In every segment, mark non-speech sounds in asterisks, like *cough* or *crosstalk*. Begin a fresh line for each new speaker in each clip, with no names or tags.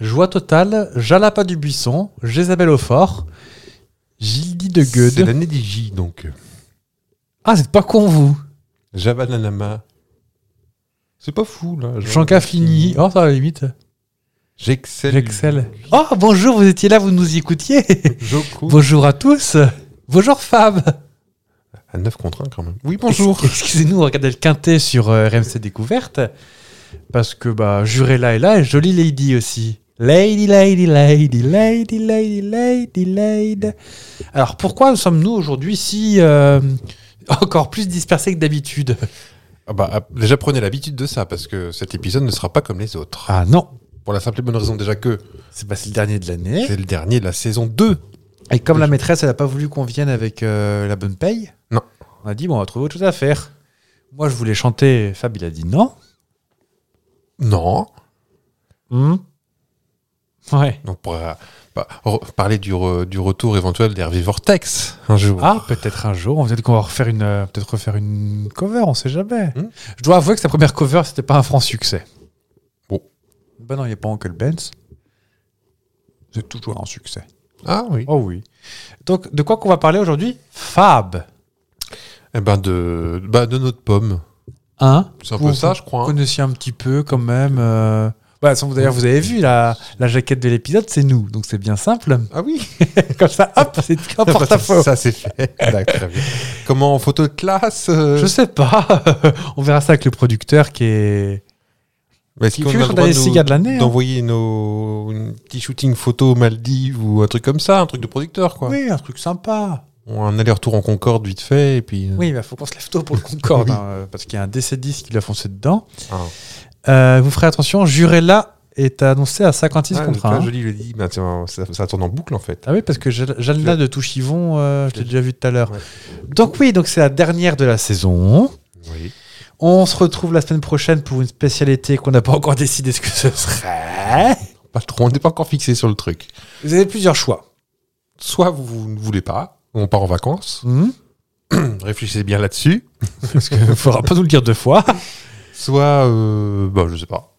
Joie totale, Jalapa du Buisson, Jézabel au fort, Gildi de
C'est
Gueude.
l'année des J, donc.
Ah, c'est pas con, vous
Jabananama. C'est pas fou, là.
Jean Caffini. Oh, ça, à la limite.
J'excelle.
J'excelle. Oh, bonjour, vous étiez là, vous nous
*laughs*
écoutiez.
Joko.
bonjour à tous. Bonjour, Fab.
À 9 contre 1, quand même. Oui, bonjour.
Ex- Excusez-nous, regardez le quintet sur euh, RMC Découverte. Parce que, bah, Jurella est là et Jolie Lady aussi. Lady, lady, lady, lady, lady, lady, lady. Alors, pourquoi sommes-nous aujourd'hui si euh, encore plus dispersés que d'habitude
Ah bah, ah, déjà, prenez l'habitude de ça, parce que cet épisode ne sera pas comme les autres.
Ah non,
Pour la simple et bonne raison, déjà que
c'est pas c'est le dernier de l'année.
c'est le dernier de la saison 2.
Et comme la maîtresse, elle n'a pas voulu qu'on vienne avec euh, la bonne paye,
Non.
on a dit, bon, on va trouver autre chose à faire. Moi, je voulais chanter, Fab, il a dit non.
Non.
Hmm. Ouais.
On pourra bah, re- parler du, re- du retour éventuel d'Hervé Vortex un jour.
Ah, peut-être un jour, peut-être qu'on va refaire une, euh, peut-être refaire une cover, on sait jamais.
Hmm.
Je dois avouer que sa première cover, c'était pas un franc succès.
Bon.
Ben non, il n'y a pas Uncle Ben's. C'est toujours un succès.
Ah, oui.
Oh oui. Donc, de quoi qu'on va parler aujourd'hui Fab.
Eh ben, de, bah, de notre pomme.
Hein
C'est un
Vous-
peu ça, je crois.
Vous
hein.
connaissiez un petit peu quand même. euh, Voilà, sans- D'ailleurs, vous avez vu la, la jaquette de l'épisode, c'est nous. Donc c'est bien simple.
Ah oui.
*laughs* Comme ça, hop, *laughs* c'est un porte-à-faux.
Ça, c'est fait. *laughs* D'accord, très bien. Comment en photo de classe euh,
Je sais pas. *laughs* On verra ça avec le producteur qui est.
bah, Est-ce
Qui
qu'on a
fut
le droit
des
de nous-
cigares de l'année. hein.
d'envoyer nos une petits shootings photo aux Maldives ou un truc comme ça, un truc de producteur quoi.
hein. Oui, un truc sympa.
Ou Un aller-retour en Concorde vite fait et puis euh,
Oui, il faut qu'on se lève tôt *laughs* pour le Concorde.
Oui.
hein, euh, parce qu'il y a un DC-10 qui l'a foncé dedans.
ah,
Euh, vous ferez attention, Jurella est annoncé à 56
ah,
contrats.
là,
hein.
joli le dit, bah, tiens, ça, ça tourne en boucle en fait.
Ah oui, parce que Jal- Jalna de Touchivon, euh, je l'ai déjà vu tout à l'heure.
Ouais.
Donc oui, donc c'est la dernière de la saison.
Oui.
On se retrouve la semaine prochaine pour une spécialité qu'on n'a pas encore décidé ce que ce serait.
Pas trop, on n'est pas encore fixé sur le truc.
Vous avez plusieurs choix.
Soit vous, vous ne voulez pas, on part en vacances,
Hmm
réfléchissez bien là-dessus.
parce qu'il ne faudra pas nous le dire deux fois.
Soit, euh, bah, je sais pas.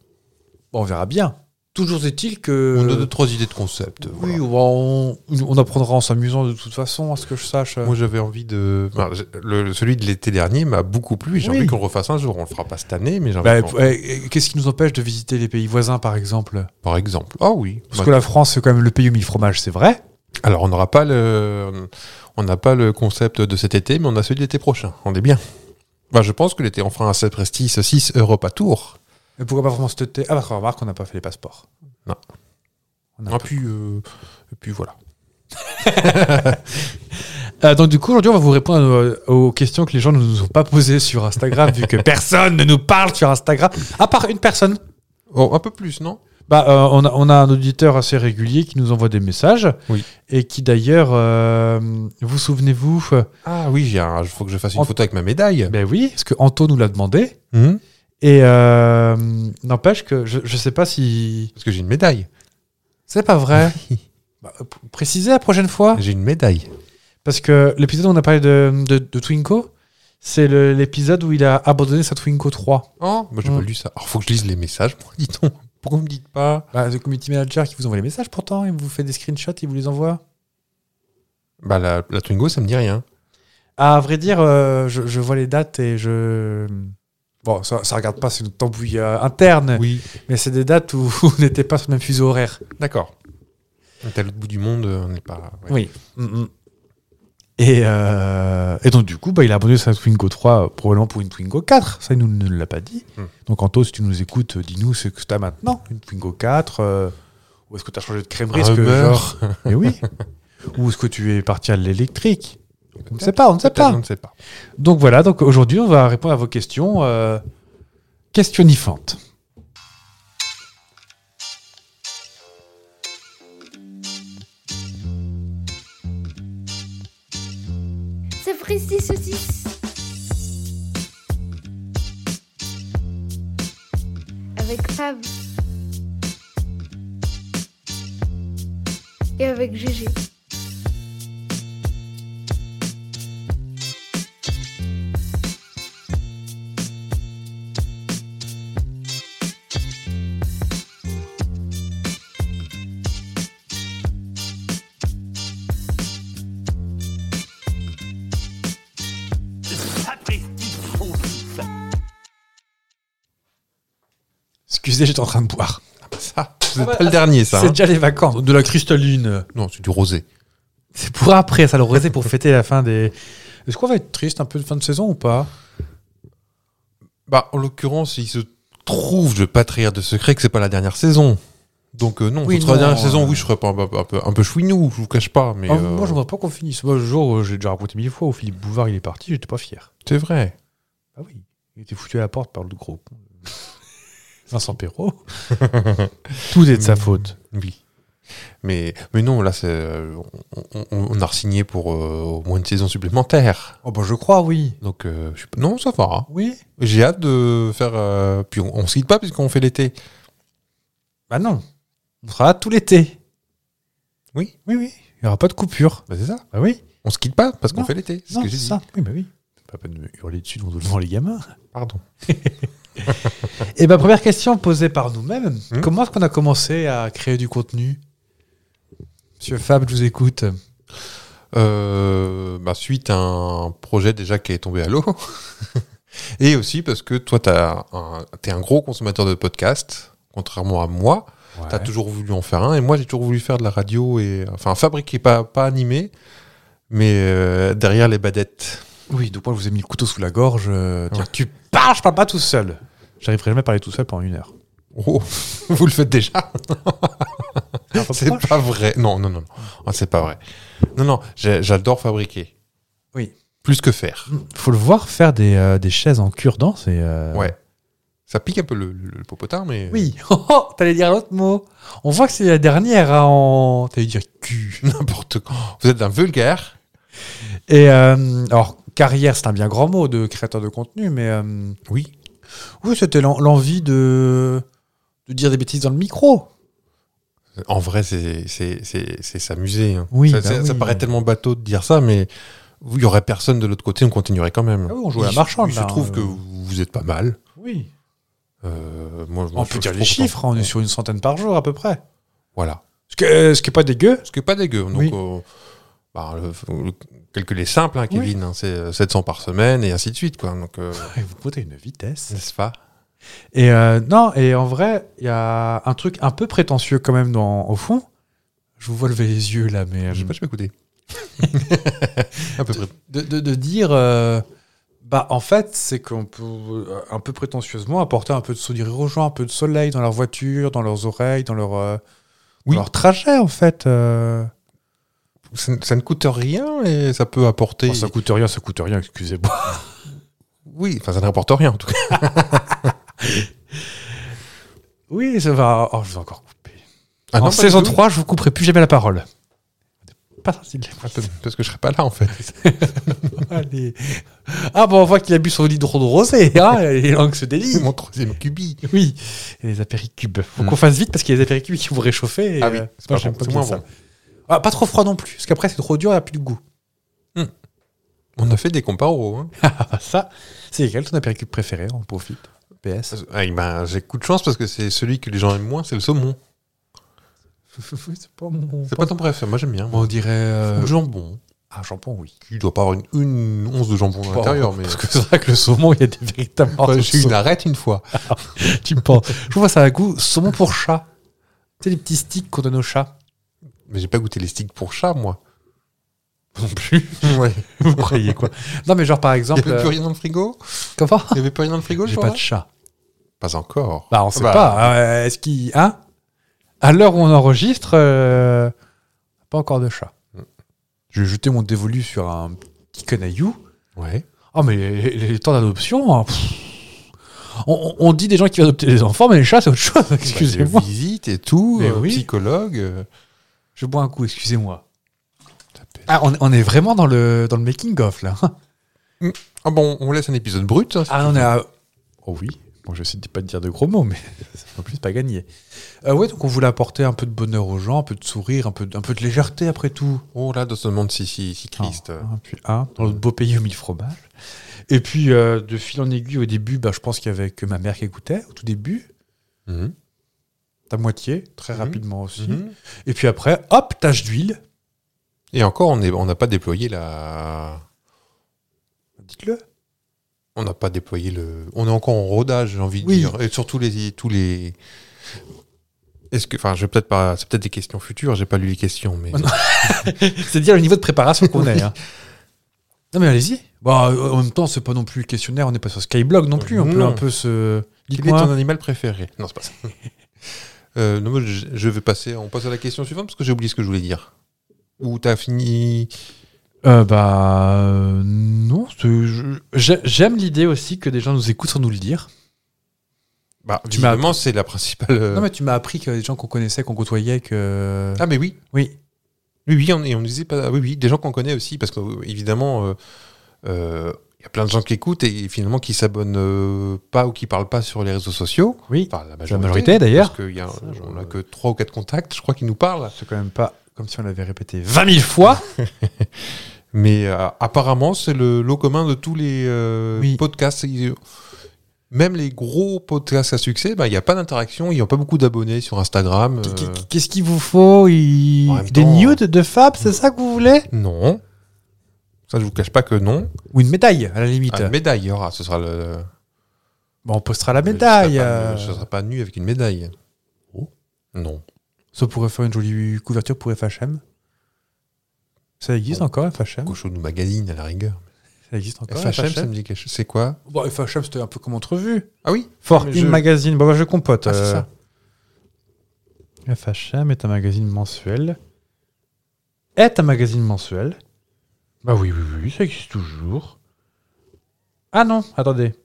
Bon, on verra bien. Toujours est-il que...
On a deux trois idées de concept. voilà.
Oui, on, on apprendra en s'amusant de toute façon, à ce que je sache.
Moi j'avais envie de. enfin, j'ai- le- celui de l'été dernier m'a beaucoup plu et j'ai
Oui.
envie qu'on le refasse un jour. On le fera pas cette année, mais j'ai envie
Bah,
qu'on-
p- eh, eh, Qu'est-ce qui nous empêche de visiter les pays voisins, par exemple
Par exemple. Ah oui.
Parce
Bah,
que la France, c'est quand même le pays où mille fromages, c'est vrai.
Alors, on n'aura pas le, on n'a pas le concept de cet été, mais on a celui de l'été prochain. On est bien. Bah, je pense que l'été, on fera un 7 Prestige 6 Europa Tour.
Mais pourquoi pas vraiment se têter Ah, bah, remarque, on n'a pas fait les passeports.
Non.
On a
Et puis, euh, et puis voilà.
Euh, donc du coup, aujourd'hui, on va vous répondre euh, aux questions que les gens ne nous ont pas posées sur Instagram, vu que personne ne nous parle sur Instagram, à part une personne.
Oh, un peu plus, non
Bah, euh, on, a, on a un auditeur assez régulier qui nous envoie des messages,
Oui.
et qui d'ailleurs, euh, vous souvenez-vous, euh,
Ah oui, j'ai un, faut que je fasse une
En-
photo avec ma médaille.
ben oui, parce que Anto nous l'a demandé,
Hmm
et euh, n'empêche que je, je sais pas si...
Parce que j'ai une médaille.
C'est pas vrai. Bah, euh, p- précisez la prochaine fois.
J'ai une médaille.
Parce que l'épisode où on a parlé de, de, de Twinko, c'est le- l'épisode où il a abandonné sa Twinko 3.
Oh, moi, j'ai
Hmm.
pas lu ça. Alors, faut que je lise les messages. Moi, dis donc. Pourquoi vous me dites pas
Bah, le community manager qui vous envoie les messages pourtant, il vous fait des screenshots, il vous les envoie.
Bah, la, la Twingo, ça me dit rien.
À vrai dire, euh, je, je vois les dates et je. Bon, ça, ça regarde pas, c'est une tambouille euh, interne,
Oui.
mais c'est des dates où *laughs* on n'était pas sur le même fuseau horaire.
D'accord. On est à l'autre bout du monde, on n'est pas. ouais.
Oui. Mm, Et, euh, et donc, du coup, bah, il a abandonné sa Twingo 3, euh, probablement pour une Twingo 4. Ça, il nous, ne l'a pas dit.
Hmm.
Donc, Anto, si tu nous écoutes, euh, dis-nous ce que tu as maintenant. Une Twingo 4, euh, ou est-ce que tu as changé de crèmerie est-ce que, genre- *laughs*
Rumeur.
Mais oui. Ou est-ce que tu es parti à l'électrique On ne sait pas, on ne sait
Peut-être,
pas.
On ne sait pas.
Donc voilà, donc aujourd'hui, on va répondre à vos questions euh, questionifantes.
Ça ferait 6 ou 6. Avec Fab. Et avec Gégé.
Excusez, j'étais en train de boire.
Ça, c'est
Ah bah,
pas le dernier, ça.
c'est
hein.
déjà les vacances. De la cristalline.
Non, c'est du rosé.
C'est pour après, ça l'aurait été pour fêter la fin des. Est-ce qu'on va être triste un peu de fin de saison ou pas
Bah, en l'occurrence, il se trouve, je veux pas trahir de secret, que c'est pas la dernière saison. Donc euh, non,
Oui,
ce sera la
non,
dernière saison,
euh.
oui, je serais pas un, un peu, un peu chouinou, je vous cache pas, mais...
Ah,
euh,
Moi, je voudrais pas qu'on finisse. Moi, le jour, euh, j'ai déjà raconté mille fois où Philippe Bouvard il est parti, j'étais pas fier.
C'est vrai.
Ah oui, il était foutu à la porte par le gros. *laughs* con. Vincent Perrault. Tout est de sa faute.
Oui. Mais, mais non, là, c'est, euh, on, on- on a re-signé pour euh, au moins une saison supplémentaire.
Oh, bah, je crois, oui. Ah
Donc, euh, je suis pas- non, ça va. hein.
Oui
J'ai hâte de faire... euh, Puis on, on se quitte pas puisqu'on fait l'été.
Bah, non. On sera là tout l'été.
Oui.
Oui, oui. Il n'y aura pas de coupure.
Bah, c'est ça.
Bah oui.
On se quitte pas parce qu'on
Non,
fait l'été. C'est ce
Non,
que
c'est
j'ai dit.
ça. Oui, bah oui. Pas peine de me hurler dessus devant, devant les gamins.
Pardon.
Et bah, première question posée par nous-mêmes.
Hmm.
Comment est-ce qu'on a commencé à créer du contenu Monsieur Fab, je vous écoute.
Euh, bah, suite à un projet déjà qui est tombé à l'eau. *laughs* Et aussi parce que toi, t'as un- t'es un gros consommateur de podcasts, contrairement à moi. T'as toujours voulu en faire un. Et moi, j'ai toujours voulu faire de la radio et, enfin, fabriquer, pas, pas animer, mais euh, derrière les badettes.
Oui, donc moi, je vous ai mis le couteau sous la gorge. euh, dire,
Ouais.
Tu parles, je parle pas tout seul. J'arriverai jamais à parler tout seul pendant une heure.
Oh, *laughs* vous le faites
Ah,
déjà C'est
Reproche
pas vrai. Non, non, non. non. Ah, c'est pas vrai. Non, non, j'ai- j'adore fabriquer.
Oui.
Plus que faire.
Faut le voir faire des, euh, des chaises en cure-dent, c'est. euh,
Ouais. Ça pique un peu le, le- le popotin, mais...
Oui, *laughs* oh, oh, t'allais dire l'autre mot. On voit que c'est la dernière à en. T'allais dire cul.
*laughs* N'importe quoi. Vous êtes d'un vulgaire.
Et euh, alors, carrière, c'est un bien grand mot de créateur de contenu, mais. euh,
Oui.
oui, c'était l'en- l'envie de. de dire des bêtises dans le micro.
En vrai, c'est c'est- c'est- c'est s'amuser. hein.
Oui,
ça,
bah
ça- ça
oui.
paraît tellement bateau de dire ça, mais il y aurait personne de l'autre côté, on continuerait quand même.
Ah oui, on joue à la
Il-
marchande,
Il se
là,
trouve
hein.
que vous êtes pas mal.
Oui.
Euh, moi, moi,
On
je-
peut
je
dire les
trouve
chiffres, hein,
qu'on-
on est sur une centaine par jour à peu près.
Voilà.
Ce qui est, ce qui est pas dégueu.
Ce qui est pas dégueu. Donc,
Oui.
euh, bah, le, le calcul est simple, hein,
Oui.
Kevin. hein, c'est euh, 700 par semaine et ainsi de suite. Quoi. Donc,
*laughs*
euh,
Vous comptez une vitesse.
n'est-ce pas
Et euh, non, et en vrai, il y a un truc un peu prétentieux quand même dans, au fond. Je vous vois lever les yeux là, mais euh,
Je sais pas, je peux écouter. *laughs* à peu près.
de, de- de dire, euh, bah en fait, c'est qu'on peut euh, un peu prétentieusement apporter un peu de sourire aux gens, un peu de soleil dans leur voiture, dans leurs oreilles, dans leur, euh, dans
Oui.
leur trajet en fait. euh.
Ça, ne- ça ne coûte rien et ça peut apporter.
Bon, Oh, ça coûte rien, ça coûte rien, excusez-moi.
Oui, enfin, ça ne rapporte rien en tout cas.
Oui, ça va. Oh, je vais encore couper.
Ah non,
en
pas
saison
du tout.
3, je vous couperai plus jamais la parole. Pas facile. *laughs*
Ah, peut- Parce que je serais pas là en fait.
Allez. Ah bon, on voit qu'il a bu son hydro de rosé, hein, et les langues se délient.
C'est *laughs* mon troisième cubi.
*laughs* Oui, et les apéricubes. Faut
Mm.
qu'on fasse vite parce qu'il y a des apéricubes qui vont réchauffer. et,
Ah oui,
euh,
c'est
moi,
pas
j'aime
bon,
pas
c'est
bien
moins
ça.
bon.
Ah, pas trop froid non plus, parce qu'après c'est trop dur, il n'y a plus de goût.
On a fait des comparos. Hein.
*laughs* Ah, ça, c'est quel ton apéricube préféré On profite. PS.
Ah, eh ben, J'ai coup de chance parce que c'est celui que les gens aiment moins, c'est le saumon.
*laughs* c'est pas mon.
C'est pas ton préféré, moi j'aime bien.
On dirait. euh, *laughs*
Le jambon.
Ah, jambon, oui.
Il doit pas avoir une, une once de jambon à l'intérieur, mais. *laughs*
Parce que c'est vrai que le saumon, il y a des véritables.
Ouais, J'ai eu une arête une fois.
tu me penses. *laughs* Je vois ça a un goût saumon pour chat. Tu sais, les petits sticks qu'on donne aux chats.
Mais j'ai pas goûté les sticks pour chat, moi.
Non plus.
*laughs* Ouais.
*laughs* Vous croyez quoi Non, mais genre par
Il y
exemple.
avait plus
euh,
rien dans le frigo
Comment
Il y avait plus rien dans le frigo,
J'ai pas de chat.
Pas encore.
Bah, on sait
Bah.
pas. Euh, Est-ce qu'il. Hein À l'heure où on enregistre, euh, pas encore de chat.
Mm.
J'ai jeté mon dévolu sur un petit canaillou.
Ouais.
Oh, mais les, les temps d'adoption. hein, pff. on, on- on dit des gens qui veulent adopter des enfants, mais les chats, c'est autre chose. *laughs*
Bah,
Excusez-moi.
Visite et tout,
Mais
euh,
oui.
psychologue. euh,
Je bois un coup, excusez-moi. Ah, on, on est vraiment dans le, dans le making-of, là. *laughs*
Ah bon, on laisse un épisode brut. hein, si
Ah,
tu
on est
veux.
à. Oh oui. Bon, je sais pas de dire de gros mots, mais *laughs* ça ne plus pas gagner. Euh, ouais, donc on voulait apporter un peu de bonheur aux gens, un peu de sourire, un peu, de- un peu de légèreté après tout.
Oh là, dans ce monde si, si, si triste.
Un, puis un, dans notre beau pays au mille fromages. Et puis, euh, de fil en aiguille, au début, bah, je pense qu'il y avait que ma mère qui écoutait, au tout début.
Mhm.
Ta moitié, très
Mhm.
rapidement aussi.
Mhm.
Et puis après, hop, tache d'huile.
Et encore, on est- on n'a pas déployé la.
Dites-le.
On n'a pas déployé le. On est encore en rodage, j'ai envie de
Oui.
dire. Et surtout les. Tous les... Est-ce que. Enfin, je vais peut-être pas. C'est peut-être des questions futures, j'ai pas lu les questions, mais.
Oh non. *laughs* C'est dire le niveau de préparation qu'on est. hein. Non mais allez-y. Bah, euh, en même temps, c'est pas non plus le questionnaire, on n'est pas sur Skyblog non plus. On peut
Non.
un peu se.
Quel est ton
Dites-moi.
animal préféré
*laughs*
Non, c'est pas ça. Euh, non, moi, je je vais passer. On passe à la question suivante parce que j'ai oublié ce que je voulais dire. Ou t'as fini.
Euh, bah euh, non, c'est- je- j'ai- j'aime l'idée aussi que des gens nous écoutent sans nous le dire.
Bah,
Tu m'as
visiblement, c'est la principale. euh,
Non mais tu m'as appris que des gens qu'on connaissait, qu'on côtoyait, que
Ah, mais oui.
oui,
Oui, oui, on, et on disait pas. Oui, oui, des gens qu'on connaît aussi, parce que euh, évidemment, euh, euh, il y a plein de gens qui écoutent et finalement qui s'abonnent euh, pas ou qui parlent pas sur les réseaux sociaux.
oui.
Enfin, la majorité.
La majorité d'ailleurs.
Parce qu'il y a,
Ça, je-
on n'a que trois ou quatre contacts, je crois, qui nous parlent.
C'est quand même pas comme si on l'avait répété 20 000 fois.
Mais euh, apparemment, c'est le lot commun de tous les euh,
Oui.
podcasts. Ils- Même les gros podcasts à succès, ben, il n'y a pas d'interaction, il n'y a pas beaucoup d'abonnés sur Instagram.
Qu-
euh,
qu- Qu'est-ce qu'il vous faut il-
En même
Des
temps,
nudes de Fab, c'est ça que vous voulez
Non. Ça, je vous cache pas que non.
Ou une médaille, à la limite.
Ah, une médaille, il y aura. Ce sera le.
Bah, on postera la
Mais
médaille.
Je serais
euh.
pas, je serais pas nu avec une médaille.
Oh.
Non.
Ça pourrait faire une jolie couverture pour FHM. Ça existe encore, FHM
Cochon ou magazine à la rigueur.
Ça existe encore,
FHM,
FHM,
ça me dit quelque chose. C'est quoi
Bon, FHM, c'était un peu comme entrevue.
Ah oui
Fort
Mais
In
je-
Magazine. Bon, bah, je compote.
Ah, c'est
euh.
ça.
FHM est un magazine mensuel. Est un magazine mensuel. Bah oui, oui, oui, ça existe toujours. Ah non, attendez.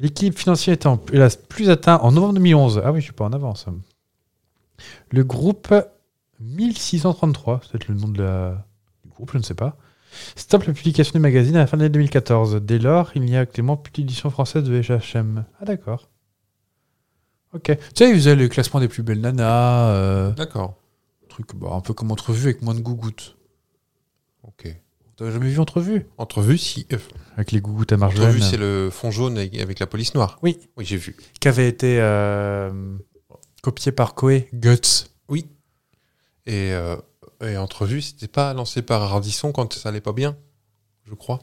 L'équilibre financier était en- hélas plus atteint en novembre 2011. Ah oui, je suis pas en avance. Le groupe 1633, c'est peut-être le nom de la- du groupe, je ne sais pas. Stop la publication du magazine à la fin de l'année 2014. Dès lors, il n'y a actuellement plus d'édition française de HHM. Ah d'accord. Ok. Tu sais, ils faisaient le classement des plus belles nanas, euh,
D'accord.
truc bah, un peu comme entrevue avec moins de gougouttes.
Ok.
T'as jamais vu entrevue
Entrevue, si. euh,
Avec les gougouttes à
entrevue,
Marjolaine.
c'est le fond jaune avec avec la police noire.
Oui.
Oui, j'ai vu.
Qui avait été euh, copié par Koé. Guts.
Et, euh, et entrevue, c'était pas lancé par Ardisson quand ça allait pas bien, je crois.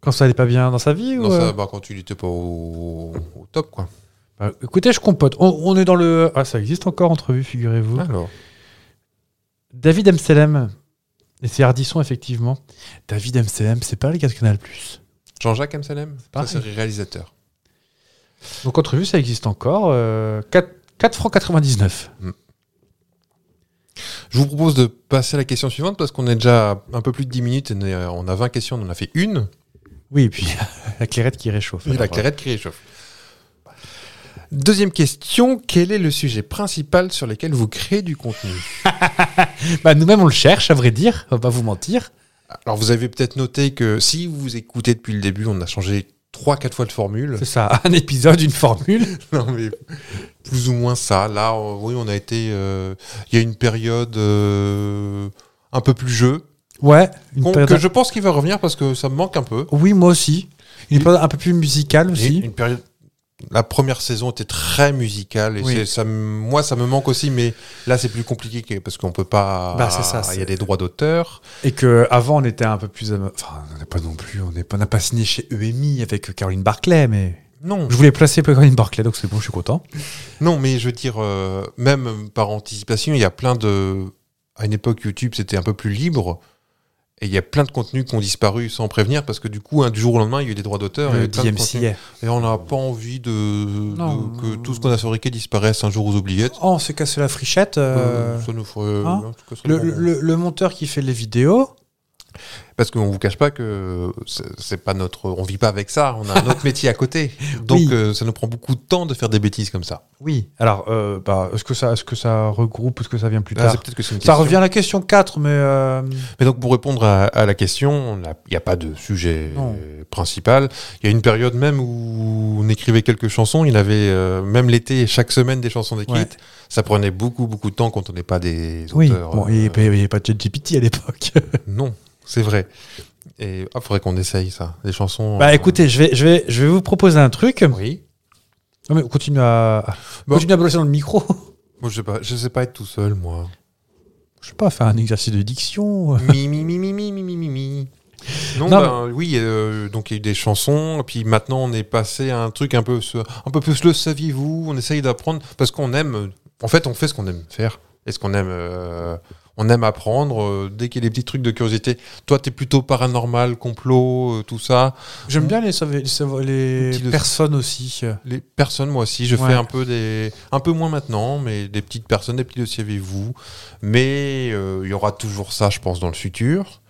Quand ça allait pas bien dans sa vie
Non,
ou,
ça,
euh,
bah, quand il était pas au, au top, quoi.
bah, Écoutez, je compote. On, on est dans le. Ah, ça existe encore entrevue, figurez-vous.
Alors.
David Mselem. Et c'est Ardisson, effectivement. David Mselem, c'est pas les 4 Canal Plus.
Jean-Jacques Amsalem, ça
pareil.
c'est réalisateur.
Donc, entrevue, ça existe encore. euh, 4, 4 francs 99.
Je vous propose de passer à la question suivante parce qu'on est déjà à un peu plus de 10 minutes. et On a 20 questions, on en a fait une.
Oui, et puis *laughs* la clairette qui réchauffe.
Et la
Alors,
clairette qui réchauffe. Deuxième question, quel est le sujet principal sur lequel vous créez du contenu
Bah, nous-mêmes, on le cherche, à vrai dire. On va pas vous mentir.
Alors vous avez peut-être noté que si vous écoutez depuis le début, on a changé 3-4 fois de formule.
C'est ça, un épisode, une formule.
*laughs* Non mais plus ou moins ça. Là, euh, oui, on a été... euh, Il y a une période euh, un peu plus jeu,
Ouais, une
qu'on-
période-
que je pense qu'il va revenir parce que ça me manque un peu.
Oui, moi aussi. Une
Et-
période un peu plus musicale
Et
aussi.
Une période... La première saison était très musicale et
Oui.
c'est- ça, me- moi ça me manque aussi, mais là c'est plus compliqué que- parce qu'on peut pas.
Bah, c'est ça,
Il y
c'est-
a des droits d'auteur.
Et que avant on était un peu plus. am- Enfin, on n'est pas non plus. On n'est pas- on n'a pas signé chez EMI avec Caroline Barclay, mais.
Non,
Je voulais placer Caroline Barclay, donc c'est bon, je suis content.
non, mais je veux dire, euh, même par anticipation, il y a plein de. À une époque, YouTube c'était un peu plus libre et il y a plein de contenus qui ont disparu sans prévenir parce que du coup, hein, du jour au lendemain, il y a eu des droits d'auteur et,
Le
plein de contenus.
DMCA.
et on n'a pas envie de, de-
Non.
que tout ce qu'on a fabriqué disparaisse un jour aux oubliettes.
Oh, on s'est cassé la frichette. euh,
Ça nous ferait-
hein
en tout cas, ça
le,
nous ferait-
le- le monteur qui fait les vidéos.
Parce qu'on vous cache pas que c'est- c'est pas notre, on vit pas avec ça, on a
*laughs*
un autre métier à côté, donc
Oui.
euh, ça nous prend beaucoup de temps de faire des bêtises comme ça.
Oui. Alors, euh, bah, est-ce que, ça- est-ce que ça regroupe Est-ce que ça vient plus
Ah,
tard
c'est peut-être que c'est une
Ça
question.
revient à la question 4, mais. euh,
Mais donc pour répondre à, à la question, il n'y a pas de sujet
Non.
euh, principal. Il y a une période même où on écrivait quelques chansons, il y en avait euh, même l'été chaque semaine des chansons d'équipe.
Ouais.
Ça prenait beaucoup beaucoup de temps quand on n'est pas des auteurs.
Oui. Bon,
euh,
il n'y avait pas de ChatGPT à *laughs* l'époque.
Non, c'est vrai. Et il faudrait qu'on essaye ça, des chansons.
bah
euh,
écoutez, je vais, je, vais, je vais vous proposer un truc.
oui.
Non, mais continue à. à-
Bon.
Continue à bosser dans le micro.
Moi je sais pas, je sais pas être tout seul moi.
Je sais pas, faire un exercice de diction.
mi mi mi mi mi mi mi mi mi. Non,
Non,
ben, oui, euh, donc il y a eu des chansons, et puis maintenant on est passé à un truc un peu, ce- un peu plus le saviez-vous, on essaye d'apprendre, parce qu'on aime, euh, en fait on fait ce qu'on aime faire, et ce qu'on aime, euh, on aime apprendre, euh, dès qu'il y a des petits trucs de curiosité. Toi t'es plutôt paranormal, complot, euh, tout ça,
J'aime bien les, sauver- les sauver- les
Petit de-
personnes aussi.
les personnes moi aussi, je
Ouais.
fais un peu des, un peu moins maintenant, mais des petites personnes, des petits le saviez-vous, mais euh, il y aura toujours ça je pense dans le futur.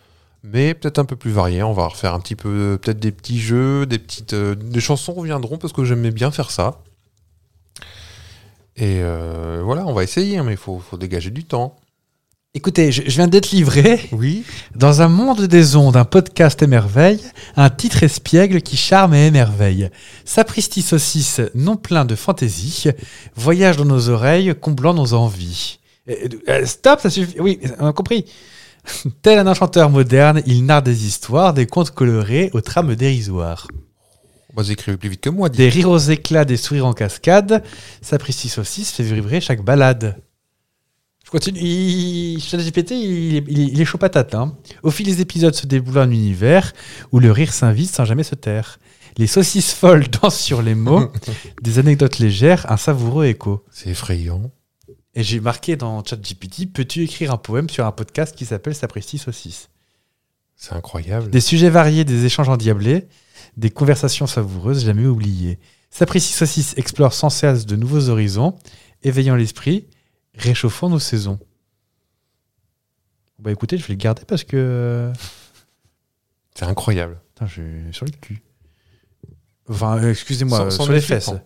mais peut-être un peu plus varié. On va refaire un petit peu, peut-être des petits jeux, des petites, euh, des chansons reviendront parce que j'aimais bien faire ça. Et euh, voilà, on va essayer, hein, mais il faut, faut dégager du temps.
Écoutez, je, je viens d'être livré
Oui.
dans un monde des ondes, un podcast émerveille, un titre espiègle qui charme et émerveille. Sapristi saucisse, non plein de fantaisie, voyage dans nos oreilles, comblant nos envies. Eh, eh, stop, ça suffit. Oui, on a compris. *laughs* Tel un enchanteur moderne, il narre des histoires, des contes colorés aux trames dérisoires.
Vous écrivez plus vite que moi. dis-
Des rires aux éclats, des sourires en cascade, Sapristi Saucisse fait vibrer chaque balade. Je continue. Il... ChatGPT, il, il, il est chaud patate. hein. Au fil des épisodes se déboule un univers où le rire s'invite sans jamais se taire. Les saucisses folles *laughs* dansent sur les mots, des anecdotes légères, un savoureux écho.
C'est effrayant.
Et j'ai marqué dans ChatGPT Peux-tu écrire un poème sur un podcast qui s'appelle Sapristi Saucisse
C'est incroyable.
des sujets variés, des échanges endiablés, des conversations savoureuses jamais oubliées. Sapristi Saucisse explore sans cesse de nouveaux horizons, éveillant l'esprit, réchauffant nos saisons. Bah écoutez, je vais le garder parce que.
C'est incroyable.
Putain, je suis sur le cul. Enfin, euh, excusez-moi,
Sans-
euh,
sans
sur les
effet,
fesses.
sans-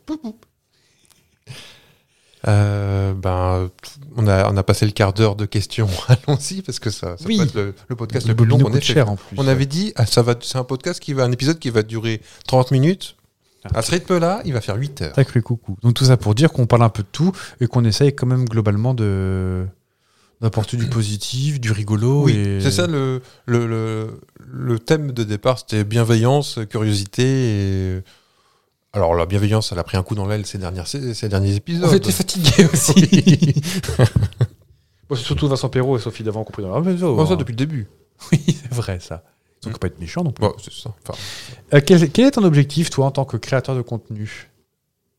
Euh, ben, on a, on a passé le quart d'heure de questions. *laughs* Allons-y parce que ça, ça
Oui.
peut être le, le podcast le,
Le
plus long
bobino
qu'on
coûte
ait fait.
cher en plus.
On avait dit, ah, ça va, c'est un podcast qui va, un épisode qui va durer 30 minutes. À ce rythme-là, il va faire 8 heures.
Sacré coucou. Donc tout ça pour dire qu'on parle un peu de tout et qu'on essaye quand même globalement de d'apporter du positif, du rigolo.
Oui,
Oh, et-
c'est ça le, le, le, le thème de départ, c'était bienveillance, curiosité. Et... Alors la bienveillance, elle a pris un coup dans l'aile ces, dernières, ces, ces derniers épisodes.
On était fatigué
*laughs*
aussi.
Bon, c'est surtout Vincent Perrault et Sophie Davant compris dans la
Bon, ça depuis le début.
Oui, c'est vrai ça. Ils
Mm.
sont pas être méchants non plus.
Bon, c'est ça. Enfin,
Euh, quel, quel est ton objectif, toi, en tant que créateur de contenu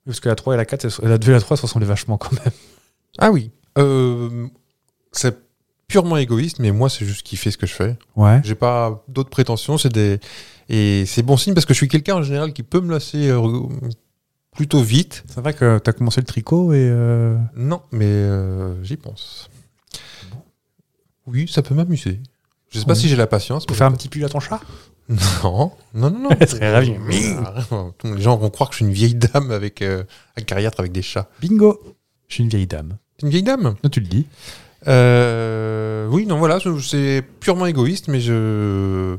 Parce que la 3 et la 4, elles- la 2 et la 3 se ressemblent vachement quand même.
Ah oui. Euh, c'est purement égoïste, mais moi, c'est juste kiffer ce que je fais.
Ouais.
J'ai pas d'autres prétentions, c'est des et c'est bon signe parce que je suis quelqu'un en général qui peut me lasser euh, plutôt vite.
C'est vrai que t'as commencé le tricot et. euh,
Non, mais euh, j'y pense. Oui, ça peut m'amuser. Je sais pas
Oui.
si j'ai la patience.
Pour
mais-
faire un petit pull à ton chat
*laughs* Non, non, non, Ah, non.
serait ravie.
*laughs* Les gens vont croire que je suis une vieille dame avec euh, un carrière avec des chats.
Bingo Je suis une vieille dame.
T'es une vieille dame
Non, tu le dis.
Euh, oui, non, voilà, je- c'est purement égoïste, mais je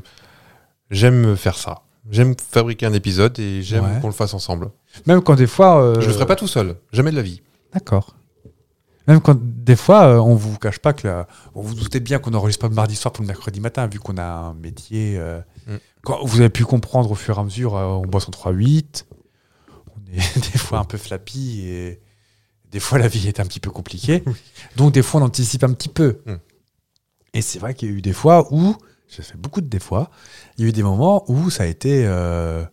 j'aime faire ça. J'aime fabriquer un épisode et j'aime
Ouais.
qu'on le fasse ensemble.
Même quand des fois. euh,
Je le ferai pas tout seul, jamais de la vie.
D'accord. Même quand des fois, euh, on vous cache pas que. la- On vous doutez bien qu'on n'enregistre pas le mardi soir pour le mercredi matin, vu qu'on a un métier. euh,
Mm.
quand vous avez pu comprendre au fur et à mesure, euh, on bosse en 3-8. On est *laughs* des fois un peu flappy et des fois la vie est un petit peu
*laughs*
compliquée. Donc des fois, on anticipe un petit peu.
Mm.
Et c'est vrai qu'il y a eu des fois où. J'ai fait beaucoup de des fois. Il y a eu des moments où ça a été euh,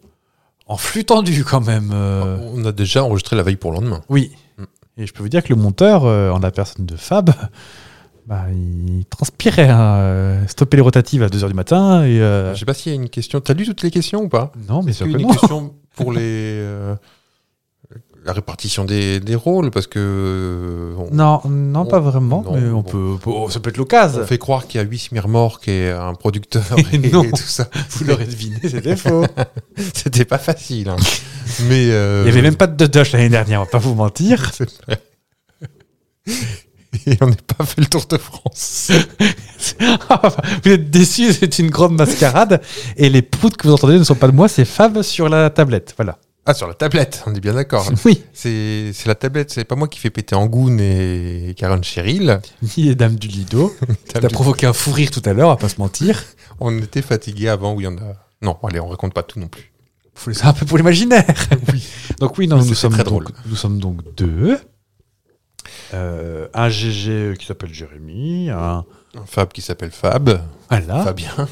en flux tendu quand même. euh.
On a déjà enregistré la veille pour le lendemain.
Oui.
Mm.
Et je peux vous dire que le monteur, euh, en la personne de Fab, *laughs* bah, il transpirait. hein, euh, Stopper les rotatives à 2h du matin. Et, euh,
Je sais pas s'il y a une question. T'as lu toutes les questions ou pas
Non, mais
Est-ce qu'il y a
certainement.
une *laughs* question pour les euh, la répartition des, des rôles parce que euh,
*laughs*
on,
Non, Oh, non,
On-
pas vraiment.
non,
mais on
bon.
peut, oh, ça peut être
on
l'occasion. *laughs*
fait croire qu'il y a 8 miremorques et un producteur et,
non.
tout ça.
Vous l'aurez deviné, c'était *laughs* faux.
C'était pas
*laughs*
facile. hein. Mais euh,
Il n'y avait même pas de doche l'année dernière, on va pas vous *laughs* mentir.
et on n'est pas fait le Tour de France.
*laughs* vous êtes déçus, c'est une grande mascarade. Et les proutes que vous entendez ne sont pas de moi, c'est Fab sur la tablette. Voilà.
Ah sur la tablette, on est bien d'accord.
Oui.
C'est c'est la tablette, c'est pas moi qui fais péter Angoune et Karen Cheryl.
*laughs* Ni les dames du Lido. T'as provoqué un fou rire tout à l'heure, on va pas se mentir.
On était fatigué avant où il y en a. Non, allez, on raconte pas tout non plus.
faut laisser un peu pour l'imaginaire. Donc *laughs* oui, non,
Mais
nous
c'était
sommes
très
donc,
drôle.
nous sommes donc deux. Euh, un GG qui s'appelle Jérémy, un Ah.
Un Fab qui s'appelle Fab,
Alain
Fabien,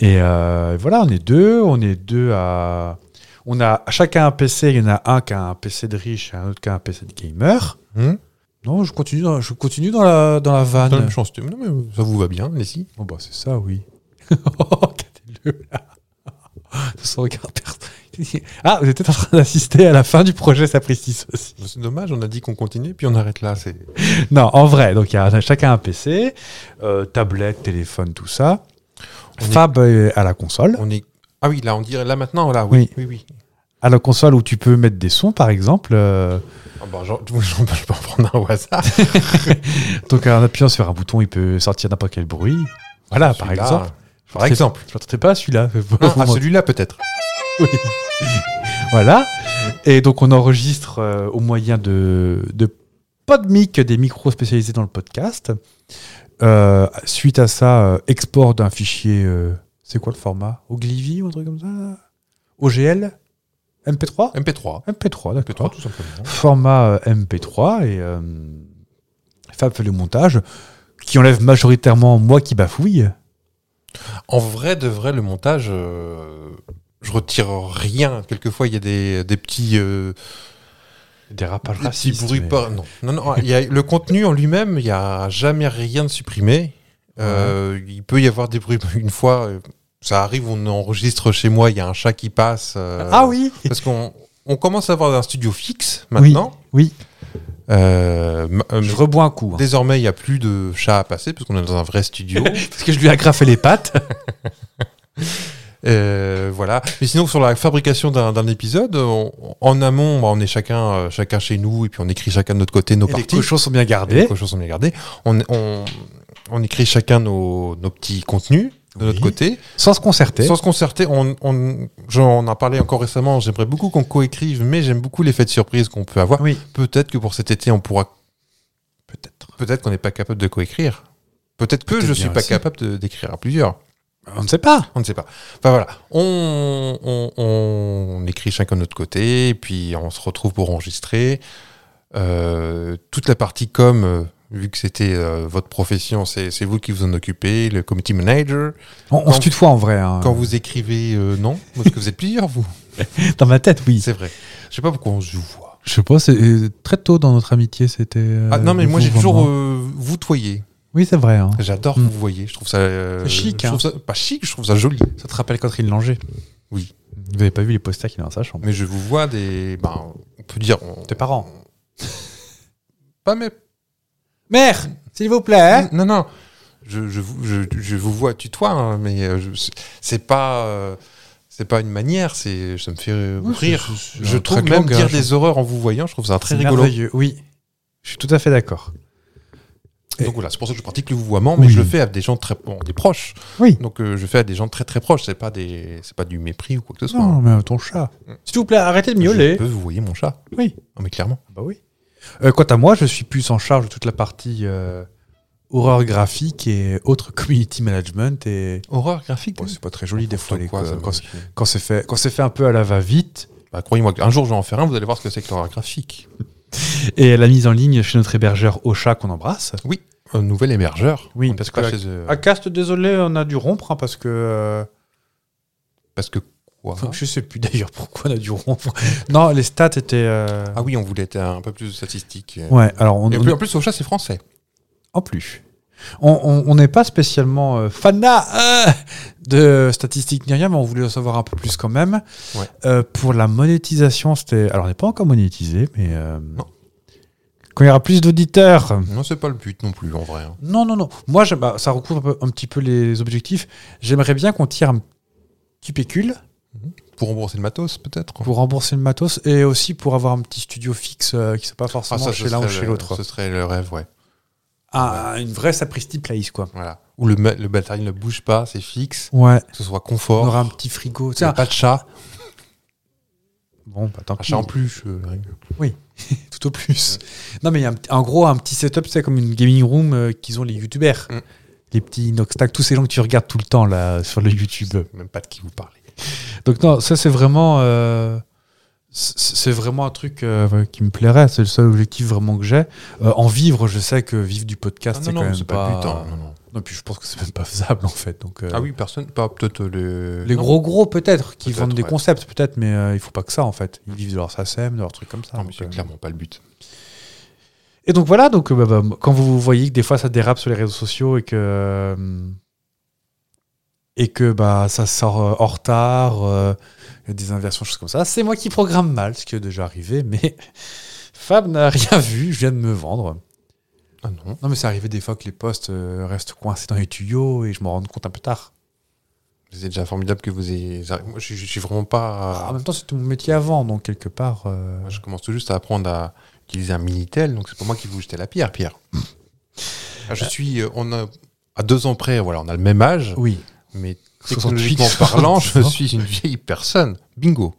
Et euh, voilà, on est deux, on est deux à... On a chacun un PC, il y en a un qui a un PC de riche et un autre qui a un PC de gamer.
Hmm
Non, je continue dans, je continue dans la, dans la vanne.
Dans la même chance. tu- Non, mais ça vous va bien, Nessie
Bon, bah, c'est ça, oui. *laughs* Regardez-le là. *laughs* Sans regard personne. *laughs* Ah, vous êtes peut-être en train d'assister à la fin du projet Sapristi aussi.
C'est dommage, on a dit qu'on continue, puis on arrête là. C'est
Non, en vrai, donc il y a chacun un PC, euh, tablette, téléphone, tout ça.
On est-
Fab euh, à la console.
on est... Ah oui, là, on dirait là maintenant, là, oui. oui. oui,
À la console où tu peux mettre des sons, par exemple. euh,
Ah bah, genre, *laughs* je, je peux en prendre un au hasard.
donc en appuyant sur un bouton, il peut sortir n'importe quel bruit. Voilà, Ah, par
Celui-là.
exemple.
Par exemple.
Je l'entendais pas celui-là.
Non,
*laughs*
ah, celui-là, peut-être.
Voilà. Et donc, on enregistre euh, au moyen de, de PodMic, des micros spécialisés dans le podcast. Euh, suite à ça, euh, export d'un fichier. euh, c'est quoi le format Ogilvy ou un truc comme ça OGL MP3
MP3.
MP3, d'accord.
MP3, tout simplement.
Format euh, MP3 et euh, Fab fait le montage qui enlève majoritairement moi qui bafouille.
En vrai, de vrai, le montage, euh, je retire rien. Quelquefois, il y a des, des petits, euh,
Dérapage
des petits bruits. par- Non, non, non. il y a- le contenu en lui-même, il n'y a jamais rien de supprimé. Euh, Il peut y avoir des bruits. Une fois, euh, ça arrive, on enregistre chez moi, il y a un chat qui passe. euh,
Ah
*laughs*
oui
Parce qu'on on commence à avoir un studio fixe maintenant.
Oui,
Euh, ma- euh,
je rebois un coup. hein.
Désormais, il n'y a plus de chat à passer, parce qu'on est dans un
*laughs*
vrai studio.
Parce que je lui ai agrafé les pattes.
Euh, voilà. Mais sinon, sur la fabrication d'un d'un épisode, on- en amont, bah, on est chacun, euh, chacun chez nous et puis on écrit chacun de notre côté nos
Et
parties.
Les cochons sont bien
Et les
gardés.
cochons sont bien gardés. On, on, on écrit chacun nos, nos petits contenus de notre
Oui.
côté.
Sans se concerter.
Sans se concerter, on, on, j'en en parlais encore récemment, j'aimerais beaucoup qu'on coécrive, mais j'aime beaucoup l'effet de surprise qu'on peut avoir.
Oui.
Peut-être que pour cet été, on pourra. Peut-être. Peut-être qu'on n'est pas capable de coécrire. Peut-être que
Peut-être
je suis
bien
pas
aussi.
capable de- d'écrire à plusieurs.
On ne sait pas.
On ne sait pas. Enfin voilà, on, on, on écrit chacun de notre côté, et puis on se retrouve pour enregistrer. Euh, toute la partie com, euh, vu que c'était euh, votre profession, c'est c'est vous qui vous en occupez, le committee manager.
On, on
Quand-
se tutoie en vrai. hein.
Quand vous écrivez, euh, non, parce que vous êtes plusieurs, vous.
*laughs* Dans ma tête, oui.
C'est vrai. Je sais pas pourquoi on se voit.
Je sais pas, c'est euh, très tôt dans notre amitié, c'était. euh,
Ah non, mais moi
vous,
j'ai toujours
vraiment.
euh, voutoyé.
Oui, c'est vrai. hein.
J'adore
Mm.
vous voyez. Je trouve ça. euh,
C'est chic,
je
hein.
trouve ça- Pas chic, je trouve ça joli.
Ça te rappelle Catherine Langer
Oui.
Vous avez pas vu les posters qu'il a dans sa chambre
Mais je vous vois des. Ben, on peut dire. on-
Tes parents.
Pas mes
Mère, s'il vous plaît.
non, non. Je, je, vous- je, je vous vois tutoie, hein, mais euh, je- c'est- c'est pas. euh, c'est pas une manière, c'est ça me fait euh,
Oui,
rire.
Ah, bah, c'est- c'est
Je
un
trouve
très
même
grand
dire
gage.
des horreurs en vous voyant, je trouve ça très
C'est
rigolo.
merveilleux, Oui. Je suis tout à fait d'accord. Et-
Donc voilà, c'est pour ça que je pratique le vouvoiement, mais
Oui.
je le fais à des gens très bon, des proches.
Oui.
Donc euh, je fais à des gens très très proches, c'est pas des c'est pas du mépris ou quoi que ce soit.
Non, mais ton chat. S'il vous plaît, arrêtez de
euh, Je peux vous voyez mon chat.
Oui.
Non, mais clairement.
Bah oui. Euh, quant à moi, je suis plus en charge de toute la partie euh, horreur graphique et autres *laughs* community management et.
Horreur graphique.
Bon, c'est pas très joli des fois les-
quoi, ça me-
quand, quand c'est fait quand c'est fait un peu à la va vite
Bah, croyez-moi, un jour je vais en faire un, vous allez voir ce que c'est que l'horreur graphique.
et la mise en ligne chez notre hébergeur Ocha qu'on embrasse.
Un nouvel hébergeur.
Oui,
On n'est
parce
pas
que la-
chez, euh,
Acast, désolé, on a dû rompre hein, parce que euh,
parce que quoi
*laughs* je sais plus d'ailleurs pourquoi on a dû rompre. Ah. non, les stats étaient. euh,
Ah oui, on voulait un peu plus de statistiques.
Ouais, alors on,
Et
on-
plus- en plus, Ocha, c'est français.
en plus. On- On on n'est pas spécialement euh, fana euh, de statistiques ni rien, mais on voulait en savoir un peu plus quand même.
Ouais.
Euh, pour la monétisation, c'était. Alors on n'est pas encore monétisé, mais. euh,
Non.
Quand il y aura plus d'auditeurs.
Non, c'est pas le but non plus, en vrai. hein.
Non, non, non. Moi, je- bah, ça recouvre un, peu- un petit peu les objectifs. J'aimerais bien qu'on tire un petit pécule
Pour rembourser le matos, peut-être. Ah,
pour rembourser le matos et aussi pour avoir un petit studio fixe euh, qui ne soit pas
Ah,
forcément
ça,
chez
ce
l'un ou
serait
chez
le-
l'autre.
Ce serait le rêve, ouais.
Ah, une vraie sapristi place, quoi.
Voilà. Où le, ma- le matériel ne bouge pas, c'est fixe,
Ouais,
que ce soit
on
confort,
aura un petit frigo.
il n'y a
Tiens,
pas de chat,
bon, bah, tant
un
pis,
chat en plus. euh, rien.
tout au plus.
Mm.
Non, mais il y a un petit- en gros un petit setup, c'est comme une gaming room euh, qu'ils ont les youtubeurs.
Mm.
Les petits Noxtag, tous ces gens que tu regardes tout le temps là sur le YouTube. euh,
Même pas de qui vous parlez.
Donc non, ça c'est vraiment, euh, c'est c'est vraiment un truc euh, qui me plairait. C'est le seul objectif vraiment que j'ai. Euh, en vivre, je sais que vivre du podcast,
Ah,
c'est
non,
quand
non,
même
c'est
pas.
pas le but. hein, non, non.
Non, puis je pense que c'est même pas faisable en fait. Donc, euh,
Ah oui, personne, pas peut-être euh, les.
Les
Non.
gros gros peut-être qui
Peut-être,
vendent des
ouais.
concepts peut-être, mais euh, il faut pas que ça en fait. Ils vivent de leur SACEM, de leur truc comme ça.
Non, mais
donc,
c'est
euh.
clairement pas le but.
Et donc voilà, donc euh, bah, bah, quand vous voyez que des fois ça dérape sur les réseaux sociaux et que euh, et que bah ça sort euh, en retard, euh, il y a des inversions, choses comme ça, c'est moi qui programme mal, ce qui est déjà arrivé, *laughs* mais Fab n'a rien vu, je viens de me vendre.
Ah non.
Non mais c'est arrivé des fois que les postes euh, restent coincés dans les tuyaux et je m'en rends compte un peu tard.
C'est déjà formidable que vous ayez. Moi, je, je suis vraiment
Ah,
pas.
En même temps, c'était mon métier avant, donc quelque part. euh,
Moi, je commence tout juste à apprendre à utiliser un Minitel, donc c'est pour moi qui vous jetez la pierre, Pierre. Ah, je suis. euh, On a, à deux ans près, voilà, on a le même âge,
Oui.
mais
68,
technologiquement
*laughs*
parlant, je
70 ans.
suis une vieille personne. Bingo.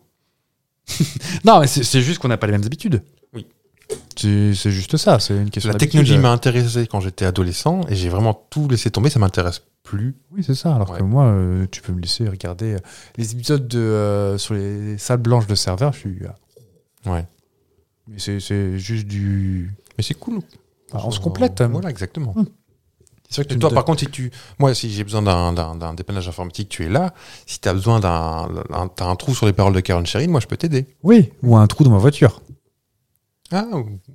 Non, mais c'est c'est juste qu'on n'a pas les mêmes habitudes.
Oui.
C'est c'est juste ça, c'est une question
La
d'habitude.
technologie m'a intéressé quand j'étais adolescent et j'ai vraiment tout laissé tomber, ça m'intéresse plus.
Oui, c'est ça. Alors
Ouais.
que moi, euh, tu peux me laisser regarder euh, les épisodes de, euh, sur les salles blanches de serveur. Je suis. euh,
Ouais.
Mais c'est- c'est juste du.
Mais c'est cool.
Ah, on se complète. hein.
Bah, Voilà, exactement.
C'est vrai que
Et
tu
toi,
me
par
donnes-
contre, si tu, moi, si j'ai besoin d'un- d'un d'un dépannage informatique, tu es là. Si tu as besoin d'un, d'un- t'as un trou sur les paroles de Karen Sherry, moi, je peux t'aider.
Oui, ou un trou dans ma voiture.
Ah,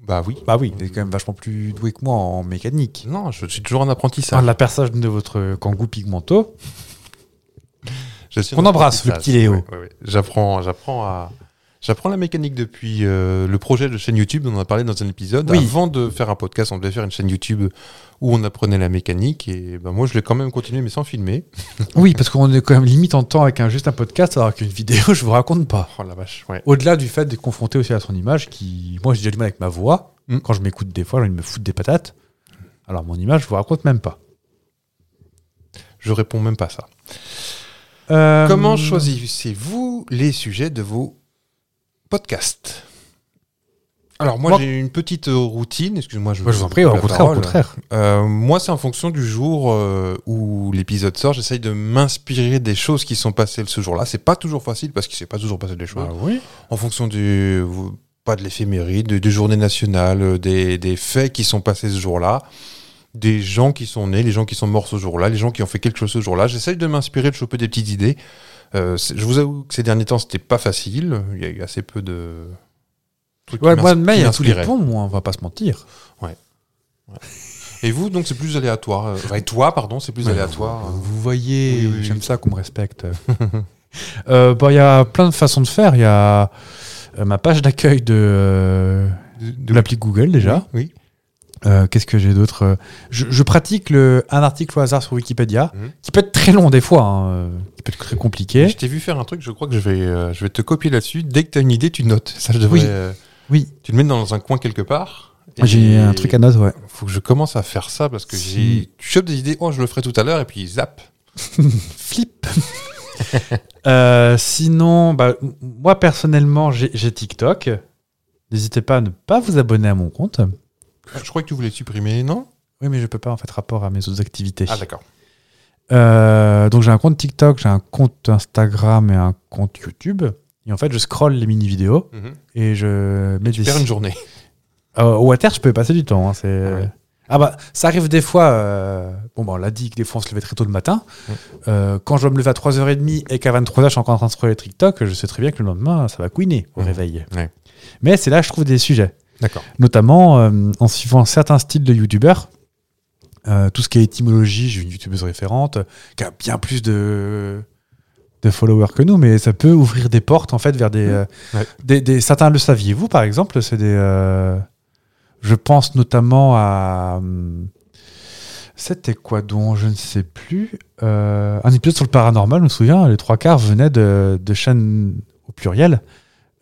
bah oui.
Bah oui, t'es quand même vachement plus doué que moi en mécanique.
Non, je suis toujours en
Par
apprentissage.
l'aperçage de votre kangou pigmento.
Je suis
qu'on
en
embrasse, le
apprentissage.
petit Léo.
Ouais, ouais, ouais. J'apprends, j'apprends à, j'apprends la mécanique depuis euh, le projet de chaîne YouTube dont on a parlé dans un épisode.
Oui.
Avant de faire un podcast, on devait faire une chaîne YouTube où on apprenait la mécanique et ben moi, je l'ai quand même continué mais sans filmer.
Oui, parce qu'on est quand même limite en temps avec un, juste un podcast, alors qu'une vidéo, *laughs* je vous raconte pas.
Oh la vache, ouais.
Au-delà du fait de confronter aussi à son image, qui. Moi, j'ai déjà du mal avec ma voix.
Mm.
Quand je m'écoute des fois, j'ai envie de me foutre des patates. Alors, mon image, je vous raconte même pas.
Je réponds même pas à ça.
Euh,
Comment choisissez-vous les sujets de vos podcasts Alors moi,
Moi-
j'ai une petite euh, routine, excuse-moi, je,
Moi, je vous en
coupe
prie,
la
au contraire, au
parole.
contraire.
Euh, moi, c'est en fonction du jour euh, où l'épisode sort, j'essaye de m'inspirer des choses qui sont passées ce jour-là. C'est pas toujours facile parce qu'il s'est pas toujours passé des choses.
oui.
En fonction du pas de l'éphéméride, de- des journées nationales, euh, des, des faits qui sont passés ce jour-là, des gens qui sont nés, les gens qui sont morts ce jour-là, les gens qui ont fait quelque chose ce jour-là. J'essaye de m'inspirer, de choper des petites idées. Euh, c'est- je vous avoue que ces derniers temps, c'était pas facile. Il y a eu assez peu de trucs
Ouais,
qui
moi,
m'ins-
demain,
qui
il y a tous les
m'inspiraient.
ponts, moi, on va pas se mentir.
Et vous, donc, c'est plus aléatoire. euh, enfin, et toi, pardon, c'est plus aléatoire. euh.
Vous voyez,
Oui, oui,
j'aime
oui.
ça qu'on me respecte. *laughs* Euh, bon, Il y a plein de façons de faire. Il y a euh, ma page d'accueil de, euh, de l'appli Google, déjà.
Oui.
Euh, Qu'est-ce que j'ai d'autre je, je pratique le, un article au hasard sur Wikipédia,
Mhm.
qui peut être très long des fois, hein, euh, qui peut être très compliqué.
Je t'ai vu faire un truc, je crois que je vais, euh, je vais te copier là-dessus. Dès que tu as une idée, tu notes. Ça, je devrais.
Oui.
euh,
Oui,
tu le mets dans un coin quelque part. et-
j'ai un truc à note, ouais.
Faut que je commence à faire ça parce que
Si.
j'ai. Tu chopes des idées, oh, je le ferai tout à l'heure, et puis zap.
Flip *laughs* Euh, Sinon, bah, m- moi personnellement, j'ai j'ai TikTok. N'hésitez pas à ne pas vous abonner à mon compte.
Je crois que tu voulais le supprimer, non
Oui, mais je peux pas en fait rapport à mes autres activités.
Ah, d'accord.
Euh, donc j'ai un compte TikTok, j'ai un compte Instagram et un compte YouTube. Et en fait, je scrolle les mini-vidéos
Mhm.
et je mets des...
Faire
*laughs*
une journée.
Euh, au water, je peux passer du temps. hein, c'est...
Ah ouais.
Ah bah, ça arrive des fois. euh, Bon, bah, on l'a dit que des fois, on se levait très tôt le matin.
Mm.
Euh, quand je dois me lever à 3h30 et qu'à 23h, je suis encore en train de scroller TikTok, je sais très bien que le lendemain, ça va couiner au
Mm.
réveil.
Ouais.
Mais c'est là que je trouve des sujets.
D'accord.
Notamment euh, en suivant certains styles de youtubeurs. Euh, tout ce qui est étymologie, j'ai une youtubeuse référente euh, qui a bien plus de de followers que nous, mais ça peut ouvrir des portes en fait vers des, euh,
Ouais.
des, des- certains le saviez-vous par exemple, c'est des, euh, je pense notamment à, hum, c'était quoi donc, je ne sais plus, Euh, un épisode sur le paranormal, je me souviens, les trois quarts venaient de, de chaînes au pluriel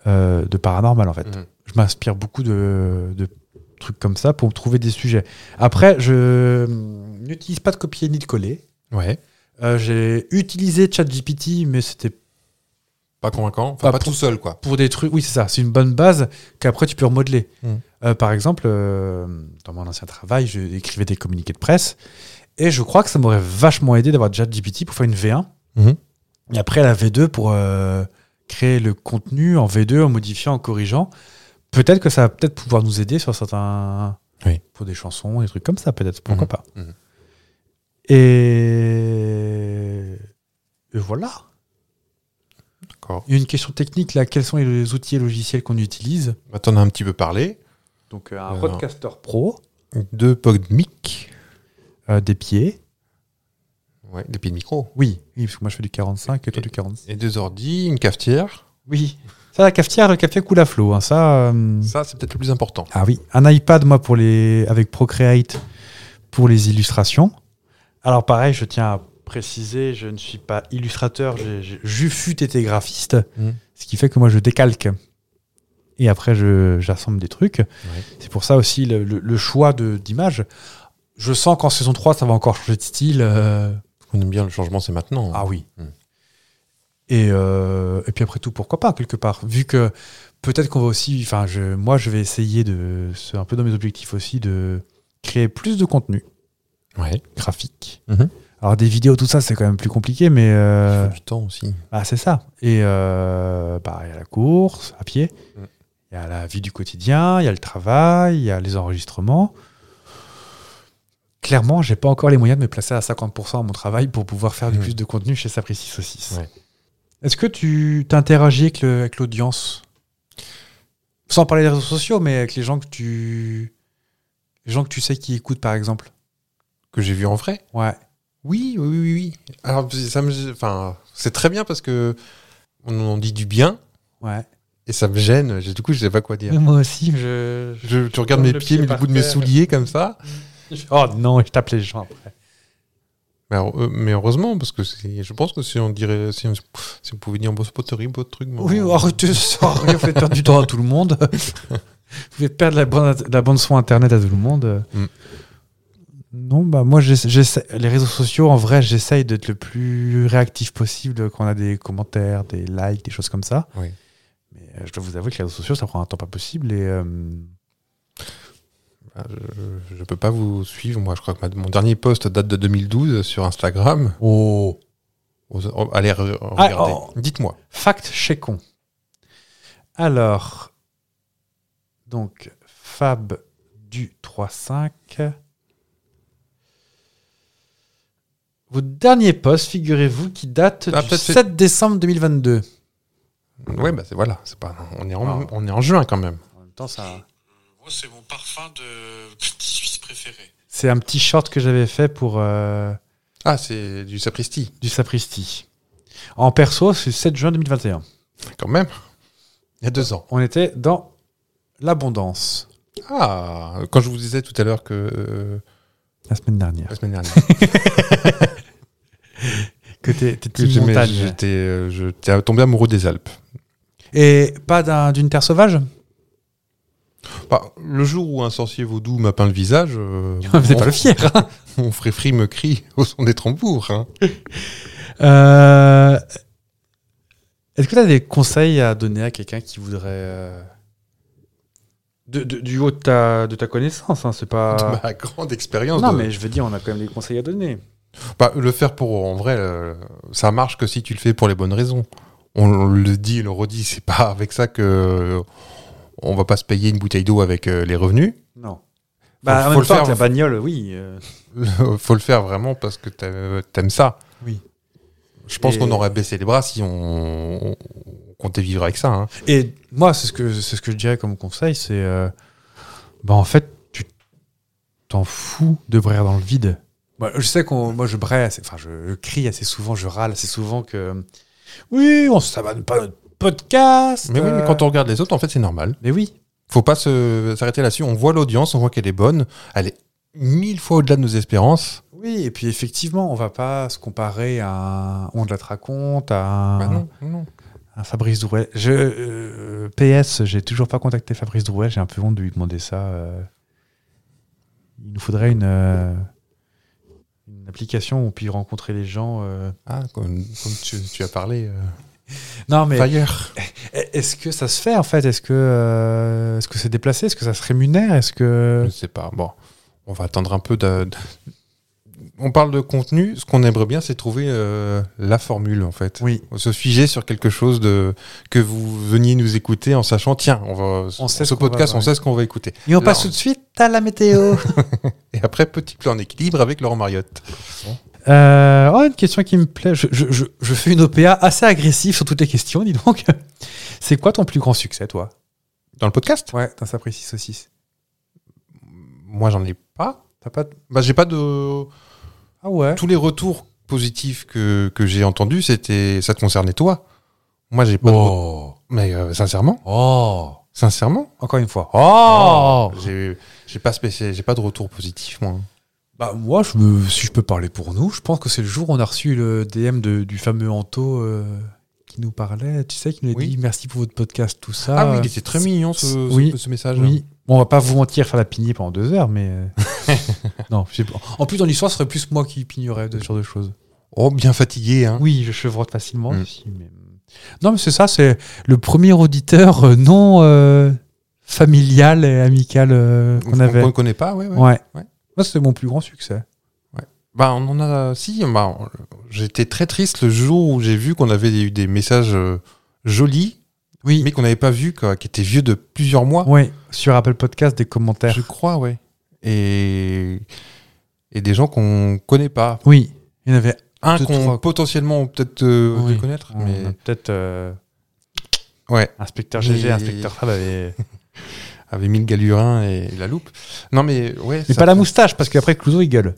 euh, de paranormal en fait.
Mhm.
Je m'inspire beaucoup de, de trucs comme ça pour trouver des sujets. Après, je hum, n'utilise pas de copier ni de coller.
Ouais.
Euh, j'ai utilisé ChatGPT, mais c'était
Pas convaincant. Enfin,
Pas
pas
pour-
tout seul, quoi.
pour des trucs. Oui, c'est ça. C'est une bonne base qu'après tu peux remodeler.
Mm.
Euh, par exemple, euh, dans mon ancien travail, je écrivais des communiqués de presse et je crois que ça m'aurait vachement aidé d'avoir déjà GPT pour faire une V1
Mhm.
et après la V2 pour euh, créer le contenu en V2 en modifiant, en corrigeant. Peut-être que ça va peut-être pouvoir nous aider sur certains.
Oui. Mm-hmm.
Pour des chansons, des trucs comme ça, peut-être. Pourquoi
Mhm.
pas.
Mhm.
Et... et voilà.
D'accord.
Il y a une question technique là. Quels sont les outils et logiciels qu'on utilise
Bah, t'en as un petit peu parlé.
Donc euh, un
Euh,
podcaster pro.
Pro,
Deux podmic.
euh, des pieds.
Ouais, des pieds de micro.
Oui. oui, parce que moi je fais du 45 et toi
Et-
du 46.
Et deux ordi, une cafetière.
Oui. Ça, la cafetière, le café coule à flot. hein, Ça. euh,
Ça, c'est peut-être le plus important.
Ah oui, un iPad, moi, pour les... avec Procreate pour les illustrations. Alors, pareil, je tiens à préciser, je ne suis pas illustrateur, j'ai- j'ai- je fut été graphiste,
Mm.
ce qui fait que moi, je décalque. Et après, je- j'assemble des trucs. C'est pour ça aussi le, le- le choix de- d'image. Je sens qu'en saison 3, ça va encore changer de style. euh,
On aime bien le changement, c'est maintenant.
ah oui.
Mm.
Et, euh, et puis après tout, pourquoi pas, quelque part Vu que peut-être qu'on va aussi. Enfin, je, moi, je vais essayer de. C'est un peu dans mes objectifs aussi de créer plus de contenu Ah.
Ouais.
graphique.
Mhm.
Alors, des vidéos, tout ça, c'est quand même plus compliqué, mais. euh,
Il faut du temps aussi.
bah, c'est ça. Et euh, bah, il y a la course à pied, il
Mm.
y a la vie du quotidien, il y a le travail, il y a les enregistrements. Clairement, j'ai pas encore les moyens de me placer à 50% à mon travail pour pouvoir faire du
Mm.
plus de contenu chez Sapristi Saucisse.
Ouais.
Est-ce que tu t'interagis avec le- avec l'audience Sans parler des réseaux sociaux, mais avec les gens que tu, les gens que tu sais qui écoutent, par exemple.
Que j'ai vu en vrai.
Ouais.
Oui, oui, oui, oui. Alors, ça me, enfin, c'est très bien parce que on en dit du bien
ouais.
et ça me gêne. J'ai- Du coup, je sais pas quoi dire.
Moi aussi, je.
Je, tu regardes mes
Le
pieds,
pied
mais du
par
bout de mes
terre.
souliers comme ça.
Oh non, je tape les gens après.
Mais, heure- euh, mais heureusement, parce que c'est- je pense que si on dirait, si on, si on pouvait dire bon, c'est pas terrible, votre truc. mais
Oui, oh,
on-
arrêtez ça, vous faites perdre du temps à tout le monde. *laughs* Vous faites perdre la bande, la bande son internet à tout le monde.
Mm.
Non, bah moi, j'essa- j'essa- les réseaux sociaux, en vrai, j'essaye d'être le plus réactif possible quand on a des commentaires, des likes, des choses comme ça.
Oui.
Mais euh, je dois vous avouer que les réseaux sociaux, ça prend un temps pas possible. Et, euh,
Ah, je, je peux pas vous suivre. Moi, je crois que ma- mon dernier post date de 2012 sur Instagram.
Oh
Aux- oh, allez, re-
Ah,
regardez.
oh.
Dites-moi.
Fact checkons. Alors, donc, Fab du 3.5. Votre dernier post, figurez-vous, qui date
Ah,
du
peut-être c'est-
7 décembre 2022.
Ouais, bah c'est voilà. C'est pas. On est en,
Ah.
on est en juin quand même.
En même temps, ça...
Moi, c'est mon parfum de petit suisse préféré.
C'est un petit short que j'avais fait pour euh,
Ah, c'est du sapristi
du Sapristi. En perso, c'est 7 juin 2021.
quand même. Il y a deux ans.
On était dans l'abondance
Ah, quand je vous disais tout à l'heure que euh,
la semaine dernière.
la
*laughs*
semaine dernière,
Que t'es t'es
que
team
j'aimais-
montagne.
j'étais, euh, je t'ai tombé amoureux des Alpes.
Et pas d'un- d'une terre sauvage
Bah, le jour où un sorcier vaudou m'a peint le visage, euh,
*laughs* Vous n'êtes
mon-
pas le fier. hein.
*laughs* Mon fréfri me crie *laughs* au son des tambours. hein.
Euh, Est-ce que tu as des conseils à donner à quelqu'un qui voudrait. euh,
De- de- du haut de ta, de ta connaissance, hein, c'est pas.
Ah.
De Ma grande expérience.
Non,
de-
mais je veux dire, on a quand même des conseils à donner.
Bah, le faire pour en vrai, euh, ça marche que si tu le fais pour les bonnes raisons. On le dit, et le redit, c'est pas avec ça que euh, on va pas se payer une bouteille d'eau avec euh, les revenus.
Non. Bah,
Bah,
en
Faut- en faut même
même
le temps, faire,
temps,
avec la
la bagnole, oui. euh,
*laughs* Faut le faire vraiment parce que t'a- t'aimes ça.
Oui.
Je pense
Et-
qu'on aurait baissé les bras si on, on comptait vivre avec ça. hein.
Et moi, c'est ce, que, c'est ce que je dirais comme conseil c'est. euh, bah, en fait, tu t'en fous de braire dans le vide. Moi, je sais qu'on, moi, je braille, assez- enfin, je crie assez souvent, je râle assez souvent que. Oui, on s'abonne pas à notre podcast. euh,
Mais oui, mais quand on regarde les autres, en fait, c'est normal.
Mais oui,
Faut pas se- s'arrêter là-dessus. On voit l'audience, on voit qu'elle est bonne. Elle est mille fois au-delà de nos espérances.
Oui, et puis effectivement, on va pas se comparer à un On de la raconte, à un,
Bah non, non.
un Ah, Fabrice Drouet. Je, euh, PS, j'ai toujours pas contacté Fabrice Drouet, j'ai un peu honte de lui demander ça. euh. Il nous faudrait une, euh, une application où on puisse rencontrer les gens. euh.
Ah, comme, comme tu, tu as parlé. euh,
Non, mais e-,
Fire.
est-ce que ça se fait en fait Est-ce que euh, est-ce que c'est déplacé Est-ce que ça se rémunère Est-ce que
Je sais pas. Bon, on va attendre un peu de- de- on parle de contenu, ce qu'on aimerait bien, c'est trouver euh, la formule, en fait.
Oui.
Se figer sur quelque chose de que vous veniez nous écouter en sachant, tiens, on va,
On sait
ce
ce qu'on
podcast,
va-
on sait ce qu'on va écouter.
Et on
Là,
passe
on-
tout de suite à la météo.
Et après, petit plan en équilibre avec Laurent Mariotte.
*laughs* Euh, oh, une question qui me plaît. Je, je- je- je fais une OPA assez agressive sur toutes les questions, dis donc. *laughs* C'est quoi ton plus grand succès, toi
Dans le podcast
Ouais, dans sa précise saucisse.
Moi, j'en ai pas. T'as pas de- bah, j'ai pas de.
Ah ouais
Tous les retours positifs que, que j'ai entendus, c'était ça te concernait toi. Moi, j'ai pas. de re- Mais euh, sincèrement,
Bah, Oh
sincèrement,
Encore une fois. Oh,
j'ai j'ai pas spécial, j'ai pas de retour positif moi.
Bah moi, je me- si je peux parler pour nous, je pense que c'est le jour où on a reçu le DM de- du fameux Anto euh, qui nous parlait, tu sais, qui nous a
Oui.
dit merci pour votre podcast, tout ça.
Ah oui, il était très mignon ce, ce-
oui.
ce message.
Oui. Bon, on va pas vous mentir, faire la pigner pendant deux heures, mais...
*laughs*
euh, non, je sais pas. En plus, dans l'histoire, ce serait plus moi qui pignerais de ce genre de choses.
Oh, bien fatigué hein.
Oui, je chevrotte facilement.
Mm.
aussi, mais- euh, Non, mais c'est ça, c'est le premier auditeur euh, non euh, familial et amical euh, qu'on
Qu'on
avait.
qu'on connaît pas, ouais. ouais.
Ouais.
Ouais.
Moi, c'est mon plus grand succès.
Bah, on en a. Si, bah, on- j'étais très triste le jour où j'ai vu qu'on avait eu des messages euh, jolis,
Oui.
mais qu'on n'avait pas vu, quoi, qui étaient vieux de plusieurs mois.
Ouais, sur Apple Podcast, des commentaires.
Je crois, ouais. Et, et des gens qu'on connaît pas.
Oui, il y en avait
Un
Deux,
qu'on
trois.
potentiellement peut-être euh,
Oui. Ah,
dû connaître, mais
peut-être euh,
Ouais.
inspecteur
GG, inspecteur
Fab avait.
avec mille galurins et la loupe. Non, mais ouais.
Mais
ça
pas la
fait-
moustache, parce qu'après Clouseau, il gueule.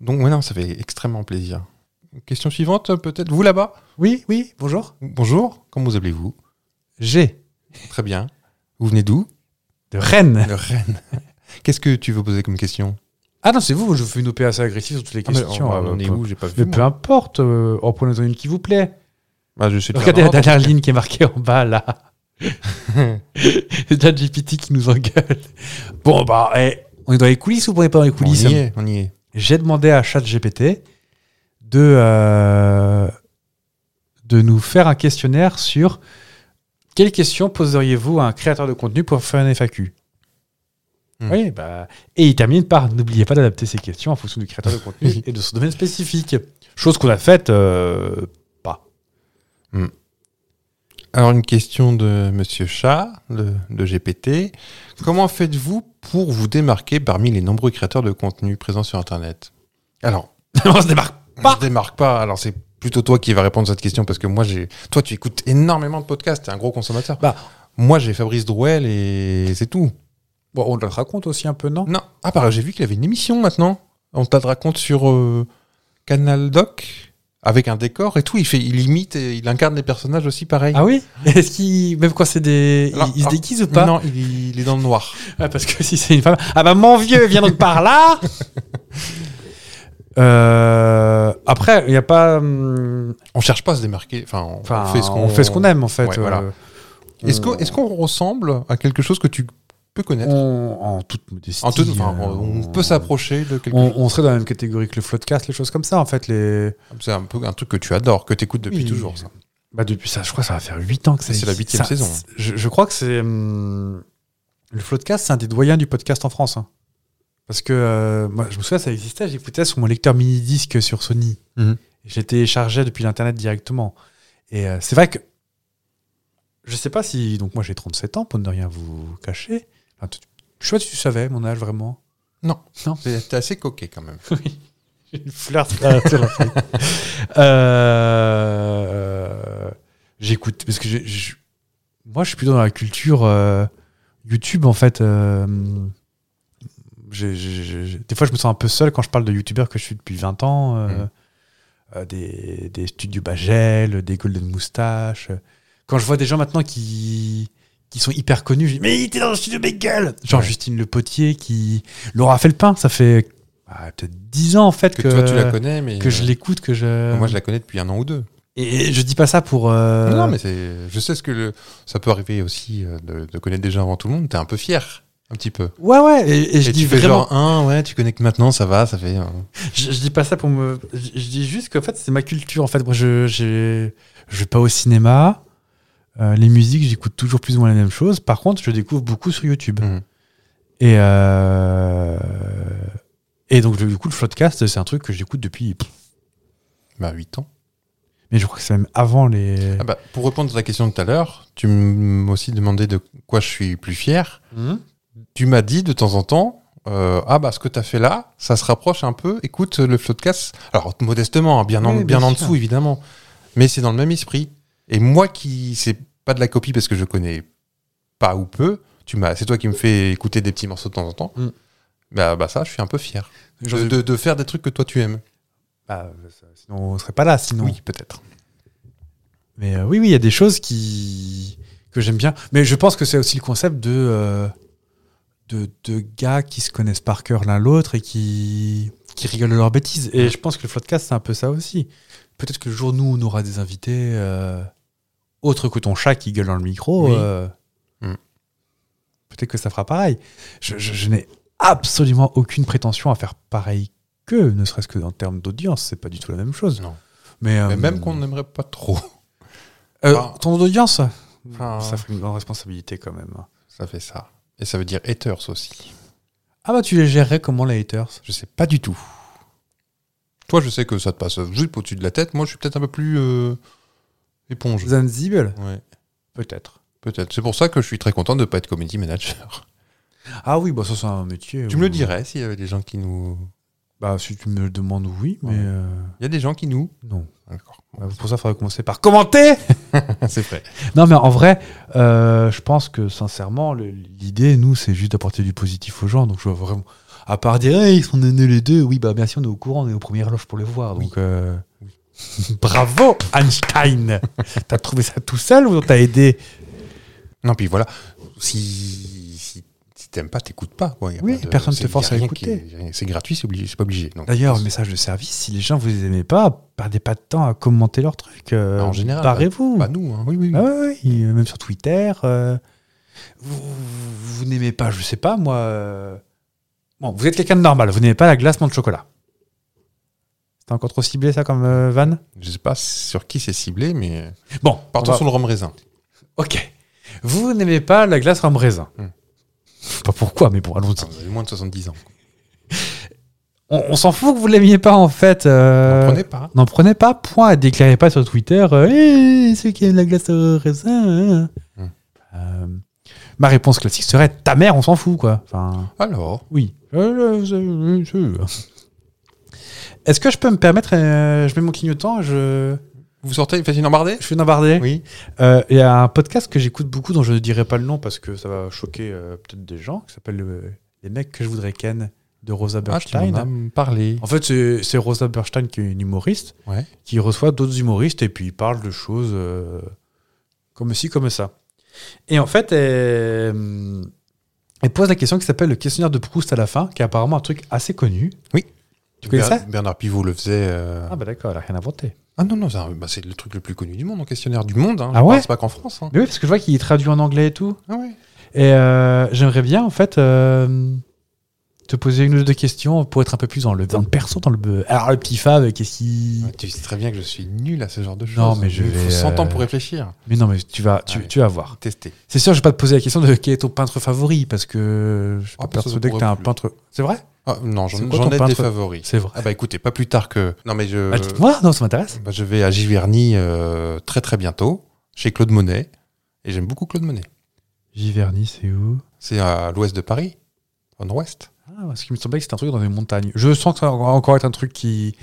Donc, ouais, non, ça fait extrêmement plaisir. Question suivante, peut-être. Vous là-bas
Oui, oui, bonjour.
Bonjour, comment vous appelez-vous
G,
Très bien. Vous venez d'où
de Rennes.
De Rennes. *laughs* Qu'est-ce que tu veux poser comme question
Ah non, c'est vous, je fais une OP assez agressive sur toutes les questions.
Ah, mais
euh,
on, on est
peu-
où J'ai pas vu.
Mais
moi.
peu importe, euh, en prenez-en une qui vous plaît.
Ah, je sais de
Regardez la
Clermont.
dernière ligne qui est marquée en bas, là. *laughs* C'est ChatGPT qui nous engueule. Bon, bah, eh, on est dans les coulisses ou on n'est pas dans les
On
coulisses
y est, on y est.
J'ai demandé à ChatGPT de, euh, de nous faire un questionnaire sur quelles questions poseriez-vous à un créateur de contenu pour faire un FAQ
Hmm.
Oui, bah, et il termine par n'oubliez pas d'adapter ces questions en fonction du créateur de *laughs* contenu et de son domaine spécifique. Chose qu'on a faite euh, *laughs*
Alors, une question de Monsieur Chat, de, de GPT. Comment faites-vous pour vous démarquer parmi les nombreux créateurs de contenu présents sur Internet Alors,
on se démarque
on se démarque pas. Alors, c'est plutôt toi qui vas répondre à cette question parce que moi, j'ai. Toi, tu écoutes énormément de podcasts. T'es un gros consommateur.
Bah.
Moi, j'ai Fabrice Drouel et c'est tout.
Bon, on le raconte aussi un peu, non
Non. Ah, par j'ai vu qu'il avait une émission maintenant. On te la raconte sur euh, Canal Doc avec un décor et tout. Il fait, il imite et il incarne des personnages aussi pareil.
Ah oui Est-ce qu'il. Même quand c'est des.
Alors,
il, il se
alors,
déguise ou pas
Non, il, il est dans le noir.
Ah, Parce que si c'est une femme. Ah bah mon vieux, viens donc par là *laughs* Euh, Après, il n'y a pas. hum,
On cherche pas à se démarquer. Enfin, on,
Enfin,
on fait ce qu'on
aime en fait.
Ouais, voilà.
Euh,
Est-ce
on-
qu'on est-ce qu'on ressemble à quelque chose que tu peux connaître
on- En toute modestie.
En tout, enfin,
euh,
on, on peut s'approcher de quelque
On, on serait dans la même catégorie que le floodcast, les choses comme ça en fait. Les...
C'est un peu un truc que tu adores, que tu écoutes depuis
Oui.
toujours. Ça.
Bah depuis ça, je crois que ça va faire 8 ans que ça
C'est la
existe.
huitième
Ça-
saison.
c'est- Je, je crois que c'est. hum, le floodcast, c'est un des doyens du podcast en France. hein. Parce que euh, moi, je me souviens, ça existait, j'écoutais sur mon lecteur mini-disque sur Sony.
Mhm.
Et Je l'ai téléchargé depuis l'internet directement. Et euh, c'est vrai que. Je sais pas si. Donc moi, j'ai 37 ans, pour ne rien vous cacher. Enfin, tu- je sais pas si tu savais mon âge vraiment.
C'est t'es assez coquet quand même.
J'ai une fleur sur la- sur la feuille. Euh, J'écoute, parce que je- je- moi, je suis plutôt dans la culture euh, YouTube, en fait. euh, j'ai- j'ai- j'ai- j'ai- des fois, je me sens un peu seul quand je parle de YouTubeurs que je suis depuis 20 ans. euh,
Mm.
euh, des, des studios Bagel, des Golden Moustache. Quand je vois des gens maintenant qui, qui sont hyper connus, je dis Mais il était dans le studio Bagel Genre
Ouais.
Justine Le Potier, qui. Laura Felpin, ça fait ah, peut-être 10 ans en fait
Que,
que,
toi tu la connais, mais
que je euh,
euh,
l'écoute, que je.
Moi je la connais depuis un an ou deux.
Et je dis pas ça pour. euh,
Non, mais c'est, je sais ce que le- ça peut arriver aussi euh, de, de connaître des gens avant tout le monde. T'es un peu fier, un petit peu.
Ouais, ouais, et, et je
Et
dis
tu fais
vraiment.
genre un, ouais, tu connais que maintenant, ça va, ça fait. euh,
Je, je dis pas ça pour me. Je, je dis juste qu'en fait, c'est ma culture. En fait, moi, je, j'ai- je vais pas au cinéma. Euh, les musiques, j'écoute toujours plus ou moins la même chose.
Mm.
Mm. Par contre, je découvre beaucoup sur YouTube.
Mhm.
Et, euh, Et donc, du coup, le Floodcast, c'est un truc que j'écoute depuis. pff,
Bah, 8 ans.
Mais je crois que c'est même avant les.
Ah bah, pour répondre à ta question de tout à l'heure, tu m'as aussi demandé de quoi je suis plus fier.
Mmh.
Tu m'as dit de temps en temps. euh, ah bah ce que t'as fait là, ça se rapproche un peu. Écoute le floodcast. Alors modestement, hein, bien en,
Oui,
bien
bien
en
sûr.
dessous évidemment, mais c'est dans le même esprit. Et moi qui c'est pas de la copie parce que je connais pas ou peu. Tu m'as, c'est toi qui me fais écouter des petits morceaux de temps en temps.
Mm.
Bah bah ça, je suis un peu fier
J'en
de,
ai-
de- de faire des trucs que toi tu aimes.
Euh, Bah, ça- sinon, on serait pas là, sinon.
Oui peut-être.
Mais euh, oui, oui, il y a des choses qui que j'aime bien. Mais je pense que c'est aussi le concept de euh, de deux gars qui se connaissent par cœur l'un l'autre et qui qui rigolent de leurs bêtises. Et je pense que le podcast c'est un peu ça aussi. Peut-être que le jour nous on aura des invités euh, autres que ton chat qui gueule dans le micro.
Oui.
euh,
Mm.
Peut-être que ça fera pareil. Je, je- je n'ai absolument aucune prétention à faire pareil que, ne serait-ce que en termes d'audience, c'est pas du tout la même chose.
Ah, Non. Ah,
Mais, euh,
Mais même qu'on n'aimerait pas *laughs* trop.
euh,
Enfin-
ton audience
Enfin,
Ça fait une grande responsabilité quand même.
Ça fait ça. Et ça veut dire haters aussi.
Ah bah tu les gérerais comment les haters
Je sais pas du tout. Toi, je sais que ça te passe juste au-dessus de la tête. Moi, je suis peut-être un peu plus euh, éponge.
Zanzibar
Ouais,
Peut-être.
peut-être. C'est pour ça que je suis très content de ne pas être community manager.
Ah oui, bah ça c'est un métier.
*laughs* Tu
où-
me le dirais s'il y avait des gens qui nous.
Bah si tu me le demandes, oui, mais
Ouais.
euh,
Il y a des gens qui nous.
non.
D'accord.
Bah, pour ça, il faudrait commencer par commenter
*laughs* c'est vrai.
*laughs* Non mais en vrai, euh, je pense que sincèrement, le- l'idée, nous, c'est juste d'apporter du positif aux gens. Donc je vois vraiment... À part dire, Hey, ils sont nés les deux, oui, bah bien sûr, on est au courant, on est aux premières loges pour les voir. Donc euh, bravo, Einstein *laughs* T'as trouvé ça tout seul ou on t'a aidé
Non, puis voilà. Si, si, si t'aimes pas, t'écoutes pas. quoi. Y a
Oui,
pas de-
personne te
c'est-
force
y a rien
à écouter.
qui est- C'est gratuit, c'est obligé- c'est pas obligé. Donc,
D'ailleurs, message de service, si les gens vous aimez pas, perdez pas de temps à commenter leur truc. euh,
Ah, en général,
Barrez-vous.
Pas nous. hein. Oui, oui. oui.
Ah ouais, ouais, il- même sur Twitter. euh, vous vous- vous n'aimez pas, je sais pas, moi. euh, Bon, vous êtes quelqu'un de normal, vous n'aimez pas la glace, non de chocolat. C'était encore trop ciblé, ça, comme euh, van
Je sais pas sur qui c'est ciblé, mais.
Bon,
Partons
on va-
sur le rhum raisin.
Ok. Vous n'aimez pas la glace rhum raisin.
Hmm. Ah.
Je sais Pas pourquoi, mais bon, allons-y.
Vous avez moins de 70 ans.
On, on s'en fout que vous l'aimiez pas, en fait. euh,
N'en prenez pas.
N'en prenez pas point, déclarez pas sur Twitter euh, Eh, ceux qui aiment la glace au raisin. hein.
Hmm.
Euh, ma réponse classique serait ta mère, on s'en fout quoi. Enfin,
Alors,
oui. Euh, euh, euh, euh, euh. Est-ce que je peux me permettre euh, Je mets mon clignotant, je,
vous sortez, faites une embardée
je suis embardé.
Oui.
Euh, Il y a un podcast que j'écoute beaucoup dont je ne dirai pas le nom parce que ça va choquer euh, peut-être des gens qui s'appelle euh, Les mecs que je voudrais ken de Rosa
Ah, tu
Bernstein.
m'en as m- parlé.
En fait, c'est- c'est Rosa Bernstein qui est une humoriste,
Ouais.
qui reçoit d'autres humoristes et puis ils parlent de choses euh, comme ci, comme ça. Et en fait, elle, hum, elle pose la question qui s'appelle le questionnaire de Proust à la fin, qui est apparemment un truc assez connu.
Oui.
Tu connais ça
Ber- Bernard Pivot le faisait. euh,
Ah bah d'accord, elle a rien inventé.
Ah non, non, c'est un- bah, c'est le truc le plus connu du monde en questionnaire du monde. hein.
Ah
Je
ouais
pense pas qu'en France. hein.
Mais oui, parce que je vois qu'il est traduit en anglais et tout.
Ah ouais.
Et euh, j'aimerais bien, en fait, euh, te poser une ou deux questions pour être un peu plus dans le, dans le perso, dans le... Alors, le petit Fab, qu'est-ce qu'il...
Ouais, Tu sais très bien que je suis nul à ce genre de choses.
Non, mais je
Il faut
vais,
100 ans
euh,
pour réfléchir.
Mais non, mais tu vas, tu,
Ouais.
tu vas voir.
Tester.
C'est sûr, je vais pas te poser la question de qui est ton peintre favori, parce que je suis
Ah,
pas
parce que ça
persuadé que
pourrait
t'es un
plus.
peintre. C'est vrai
Ah, non, j'en
C'est quoi
j'en
ton
ai des
peintre
favoris.
C'est vrai.
Ah bah écoutez, pas plus tard que. Non, mais je.
Bah, dites-moi, non, ça m'intéresse.
Bah, je vais à Giverny euh, très très bientôt, chez Claude Monet. Et j'aime beaucoup Claude Monet.
Giverny, c'est où
C'est à l'ouest de Paris, en ouest.
Ah, parce qu'il me semblait que c'était un truc dans les montagnes. Je sens que ça va encore être un truc qui,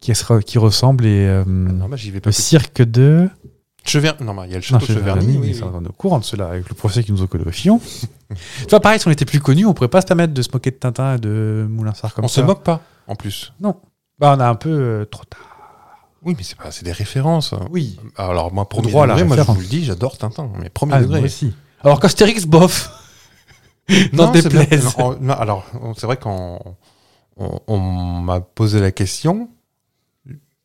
qui, sera- qui ressemble et. euh,
Non, bah j'y vais pas.
le cirque de.
Chever... Non, bah, il y a
Non,
le château
je
Cheverny.
Giverny,
oui,
mais
oui.
ça va au courant de cela, avec le procès qui nous a collé au fion. tu vois, pareil, si on était plus connus, on pourrait pas se permettre de se moquer de Tintin et de Moulinsart comme
On
ça.
se moque pas, en plus.
Bah, on a un peu euh, trop tard.
Oui, mais c'est pas, c'est des références.
Oui,
Alors moi, premier
Droit à la
degré, moi je
référence.
vous le dis, j'adore Tintin. Mais premier
ah, moi
degré.
aussi. Alors qu'Astérix, bof N'en
c'est bien.
déplaise.
Non, en- non, alors on- c'est vrai qu'on on, on m'a posé la question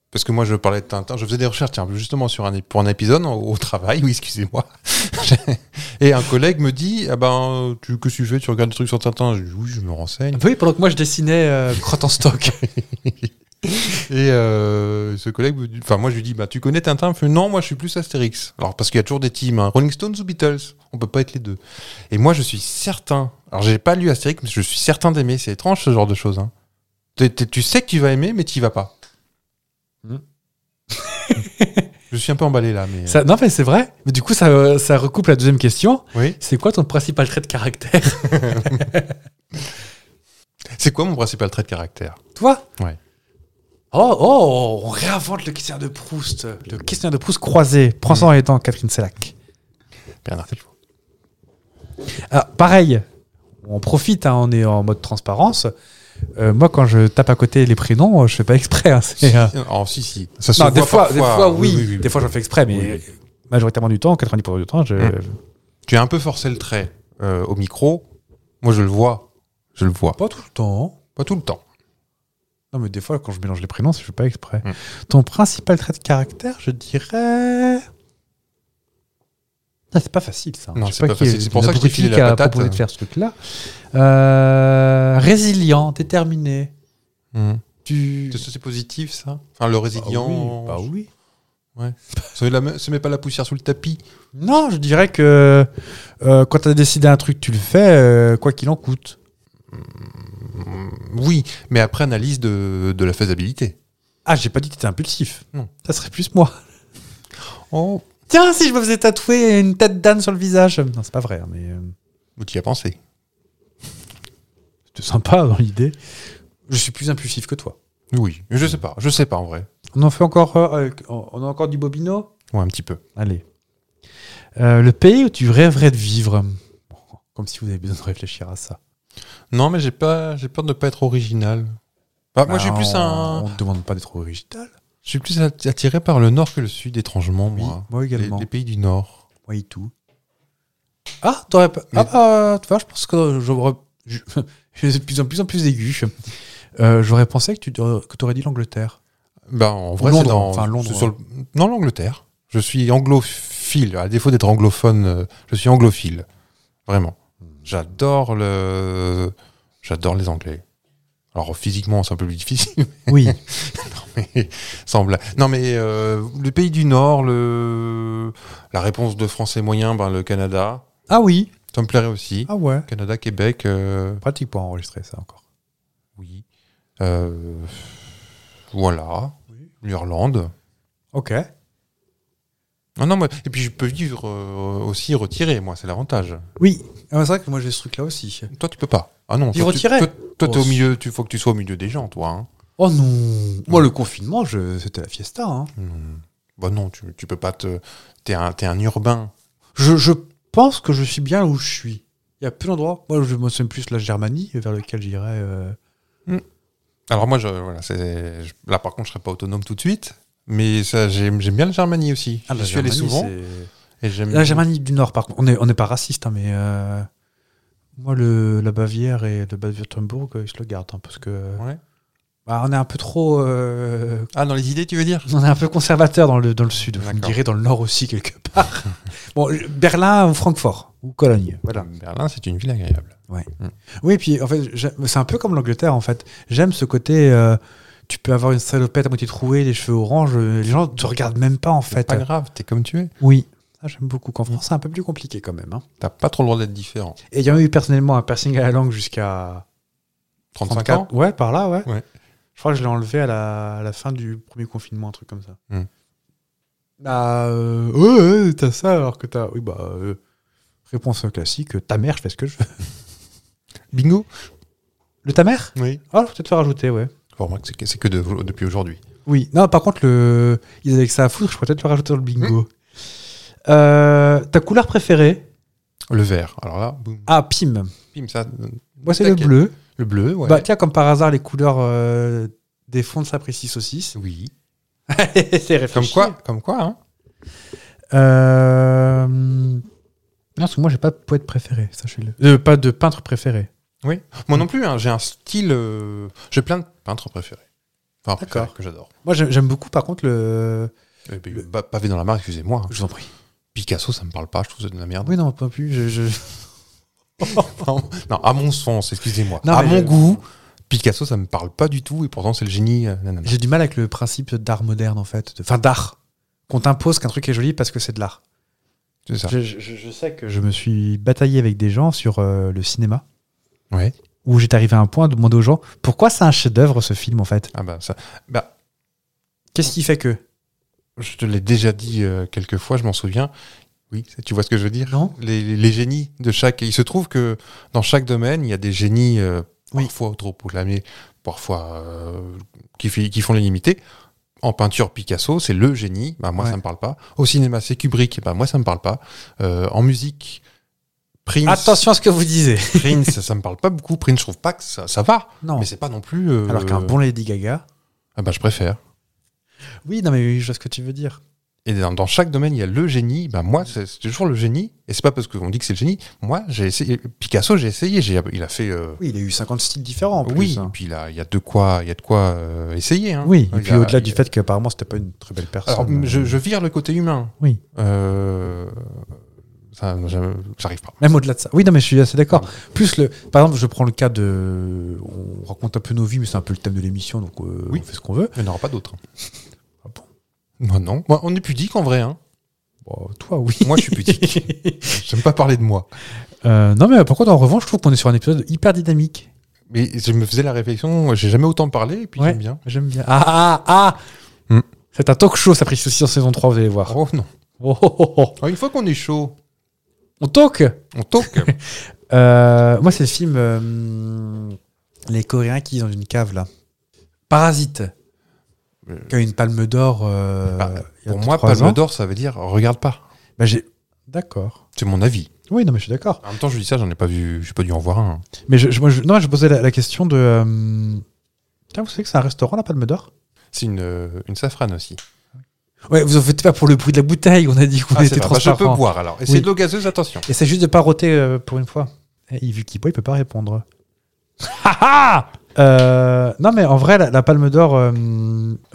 parce que moi je parlais de Tintin, je faisais des recherches tiens, justement sur un ép- pour un épisode au, au travail, *laughs* oui excusez-moi. Et un collègue me dit ah ben tu que tu fais, tu regardes des trucs sur Tintin. Je dis, oui, je me renseigne.
Oui, pendant que moi je dessinais euh, Crotte en stock.
*laughs* Et euh, ce collègue, me dit- enfin moi je lui dis, bah tu connais Tintin Il me fait, Non, moi je suis plus Astérix. Alors parce qu'il y a toujours des teams, hein, Rolling Stones ou Beatles, on peut pas être les deux. Et moi je suis certain, alors j'ai pas lu Astérix, mais je suis certain d'aimer. C'est étrange ce genre de choses. hein. T'es- t'es- tu sais que tu vas aimer, mais tu vas pas.
Hmm.
*laughs* Je suis un peu emballé là, mais.
Ça- non, mais c'est vrai. Mais du coup, ça, euh, ça recoupe la deuxième question.
euh, Oui.
C'est quoi ton principal trait de caractère *laughs*
C'est quoi mon principal trait de caractère
Toi
Ouais.
Oh, oh, on réinvente le questionnaire de Proust. Le questionnaire de Proust croisé. Prends ça en étant Catherine Sellac.
Bernard
Ah, pareil, on profite, hein, on est en mode transparence. Euh, moi, quand je tape à côté les prénoms, euh, je fais pas exprès. hein, c'est, euh,
Oh, si, si. Ça se
non,
voit
des fois,
parfois.
des fois, oui.
oui, oui.
Des fois, j'en fais exprès, mais
Oui,
majoritairement du temps, 90% du temps, je.
Mm. Tu as un peu forcé le trait euh, au micro. Moi, je le vois. Je le vois.
Pas tout le temps.
Pas tout le temps.
Non, mais des fois, quand je mélange les prénoms, je fais pas exprès.
Mm.
Ton principal trait de caractère, je dirais. Ah, c'est pas facile ça.
Non,
Je sais
c'est pas
qui est-
facile. C'est pour
il y en a
ça que je
beaucoup
t'ai filé
de filles
la
qui a
patate.
proposé de faire ce truc-là. Euh, résilient, déterminé.
Mhm.
Tu.
C'est c'est positif, ça Enfin, le résilient.
Bah oui.
Ça met la me- ça met pas la poussière sous le tapis.
Non, je dirais que euh, quand tu as décidé un truc, tu le fais, euh, quoi qu'il en coûte.
Mm, Oui, mais après analyse de, de la faisabilité.
Ah, j'ai pas dit que t'étais impulsif.
Non.
Ça serait plus moi.
Oh,
Tiens, si je me faisais tatouer une tête d'âne sur le visage. Non, c'est pas vrai, mais euh,
tu y as pensé.
c'était sympa dans l'idée. Je suis plus impulsif que toi.
Oui, je sais pas. Je sais pas en vrai.
On en fait encore, euh, avec- on a encore du bobino
Ouais, un petit peu.
Allez. Euh, le pays où tu rêverais de vivre. Comme si vous avez besoin de réfléchir à ça.
Non, mais j'ai pas, j'ai peur de ne pas être original. Bah, moi, je suis
Bah,
plus
on-
un,
On te demande pas d'être original.
je suis plus atti- attiré par le nord que le sud, étrangement,
Oui,
moi.
moi
Les,
également.
les pays du nord.
Moi et tout. Ah, t'aurais pas. Ah,
Mais-
bah, tu vois, je pense que j'aurais. *laughs* Je, je suis de plus en plus, en plus aigu. Euh, j'aurais pensé que tu aurais dit l'Angleterre.
Bah, en vrai,
Londres,
c'est dans,
enfin, Londres.
c'est sur le- non, l'Angleterre. Je suis anglophile. À défaut d'être anglophone, euh, je suis anglophile. Vraiment. J'adore le, j'adore les Anglais. Alors, physiquement, c'est un peu plus difficile. *laughs*
Oui.
mais semble. Non, mais euh, le pays du Nord, le... la réponse de français moyen, ben, le Canada,
ah oui.
ça me plairait aussi.
Ah ouais.
Canada, Québec, euh,
Pratique pour enregistrer ça encore.
oui. Euh, voilà. L'Irlande.
Ok.
Non, non, moi- et puis je peux vivre euh, aussi retiré, moi, c'est l'avantage.
Oui. Ah, c'est vrai que moi j'ai ce truc là aussi.
Toi, tu peux pas. Ah non,
Vivre
toi, tu-
retiré
Toi, toi, t'es
Oh,
au milieu, tu faut que tu sois au milieu des gens, toi. hein.
Oh non. Moi le confinement, je... c'était la fiesta. hein.
Hmm. Bah non, tu, tu peux pas te. T'es un, t'es un urbain.
Je, je pense que je suis bien là où je suis. Il y a peu d'endroits. Moi je me souviens plus la Germanie vers lequel j'irais. euh,
Alors moi, je, voilà, c'est je- là par contre, je serais pas autonome tout de suite, mais ça, j'aime j'aime bien la Germanie aussi.
Ah, la
je suis allé
Germanie,
souvent
c'est-
et j'aime.
La Germanie du Nord, par contre, on n'est on est pas raciste, hein, mais euh, moi, le, la Bavière et le Bade-Württemberg, euh, ils se le gardent, hein, parce que
Ouais.
bah, on est un peu trop, euh,
Ah, dans les idées, tu veux dire
on est un peu conservateur dans le, dans le Sud. Vous me
D'accord.
direz dans le Nord aussi quelque
*laughs*
part. bon, euh, Berlin ou Francfort ou Cologne.
Voilà. Berlin, c'est une ville agréable.
Oui, puis en fait, j'aime- c'est un peu comme l'Angleterre, en fait. J'aime ce côté. euh, tu peux avoir une salopette à moitié trouée, les cheveux orange, euh, les gens ne te regardent même pas en fait.
Pas grave, t'es comme tu es.
Oui, ça j'aime beaucoup. Qu'en France, c'est un peu plus compliqué quand même. hein.
T'as pas trop le droit d'être différent.
Et ayant eu personnellement un piercing à la langue jusqu'à
35 ans
34 Ouais, par là, ouais.
Ouais.
Je crois que je l'ai enlevé à la, à la fin du premier confinement, un truc comme ça.
Hmm.
Bah, euh, ouais, ouais, t'as ça alors que t'as. Oui, bah, euh, réponse classique, euh, ta mère, je fais ce que je veux.
*laughs* Bingo
Le ta mère
Oui.
Ah, je vais peut-être faire rajouter, ouais.
Faut remarquer que c'est que, c'est que de- depuis aujourd'hui.
Oui, non, par contre, le... ils avaient que ça à foutre, je pourrais peut-être le rajouter dans le
Hmm.
bingo. Euh, ta couleur préférée
Le vert. Alors là, boum,
Ah, pim.
pim, ça.
Moi, c'est le
Taquet.
bleu.
Le bleu, ouais.
Bah, tiens, comme par hasard, les couleurs euh, des fonds de Sapristi Saucisse.
oui.
c'est
Comme
réfléchi.
quoi, comme quoi, hein
Euh... Non, parce que moi, j'ai pas de poète préféré, sachez-le. Euh, pas de peintre préféré.
Oui. Moi non plus, hein, j'ai un style. euh, j'ai plein de peintres préférés. Enfin, préférés
D'accord.
que j'adore.
Moi, j'aime j'aime beaucoup, par contre, le.
Eh ben, bah, Pavé dans la mare, excusez-moi.
Je vous en prie.
Picasso, ça me parle pas, je trouve ça de la merde.
Ah Oui, non, pas plus. Je, je-
non, non, à mon sens, excusez-moi.
Non,
à
mais
mon
je-
goût, Picasso, ça me parle pas du tout, et pourtant c'est le génie. euh, nanana.
J'ai du mal avec le principe d'art moderne, en fait. de- Enfin, d'art. Qu'on t'impose qu'un truc est joli parce que c'est de l'art.
C'est ça.
Ah. Je, je- je sais que je me suis bataillé avec des gens sur euh, le cinéma.
Ouais.
où j'étais arrivé à un point de demander aux gens pourquoi c'est un chef-d'œuvre ce film en fait
Ah bah ça. Bah,
Qu'est-ce qui fait que
je te l'ai déjà dit euh, quelques fois, je m'en souviens. Oui, tu vois ce que je veux dire
Non.
les, les- les génies de chaque. Il se trouve que dans chaque domaine, il y a des génies euh,
Oui.
parfois trop proclamés, parfois euh, qui, fi- qui font l'unanimité. En peinture, Picasso, c'est le génie. Bah, moi,
Ouais.
ça me parle pas. Au cinéma, c'est Kubrick. Bah, moi, ça me parle pas. Euh, en musique, Prince.
Attention à ce que vous disiez
Prince, ça me parle pas beaucoup. Prince, je trouve pas que ça, ça va.
Non.
Mais c'est pas non plus. euh,
Alors qu'un bon Lady Gaga.
Ah bah, je préfère.
Oui, non, mais oui, je vois ce que tu veux dire.
Et dans, dans chaque domaine, il y a le génie. Bah, moi, c'est c'est toujours le génie. Et c'est pas parce qu'on dit que c'est le génie. Moi, j'ai essayé. Picasso, j'ai essayé. J'ai- Il a fait. euh,
Oui, il a eu 50 styles différents en plus.
oui.
hein.
Puis là, il y a de quoi, il y a de quoi euh, essayer. hein.
Oui, et
Il
puis
a-
au-delà
il-
du fait qu'apparemment c'était pas une très belle personne. euh,
Alors, je, je vire le côté humain.
Oui.
Euh, ça, j'arrive pas.
Même au-delà de ça. Oui, non, mais je suis assez d'accord. Plus le, par exemple, je prends le cas de, on raconte un peu nos vies, mais c'est un peu le thème de l'émission, donc euh,
Oui.
on fait ce qu'on veut.
Il n'y en aura pas d'autres.
Ah bon
Non, non. Moi, on est pudique en vrai. Hein.
Bon, toi, oui.
Moi, je
*laughs*
suis pudique. J'aime pas parler de moi.
Euh, non, mais par contre, en revanche, je trouve qu'on est sur un épisode hyper dynamique.
Mais je me faisais la réflexion. J'ai jamais autant parlé. Et puis
Ouais.
j'aime bien.
J'aime bien. Ah, ah, ah
Hmm.
C'est un talk show, ça prise aussi en saison 3, vous allez voir.
Oh non.
Oh, oh, oh, oh.
Ah, une fois qu'on est chaud,
On talk
on toque.
Euh, Moi, c'est le film euh, Les Coréens qui sont dans une cave, là. Parasite.
Euh.
Qui a eu une palme d'or. euh,
Bah,
il y a
Pour moi,
trois ans.
Palme d'Or, ça veut dire regarde pas.
Bah, j'ai- D'accord.
C'est mon avis.
Oui, non, mais je suis d'accord.
En même temps, je dis ça, j'en ai pas vu, j'ai pas dû en voir un.
Mais je, je- moi, je- non, je posais la, la question de. euh, Putain, vous savez que c'est un restaurant, la Palme d'Or
C'est une, euh, une
*laughs*
safrane aussi.
Ouais, vous en faites pas pour le bruit de la bouteille, on a dit qu'on
Ah, c'est
était
vrai. Bah, je
transparent.
peux boire alors. Et
Oui.
c'est de l'eau gazeuse, attention.
Essaie juste de pas roter euh, pour une fois. Eh, il- vu qu'il boit, il peut pas répondre. Ha, ha Euh, non mais en vrai, la, la Palme d'Or, euh,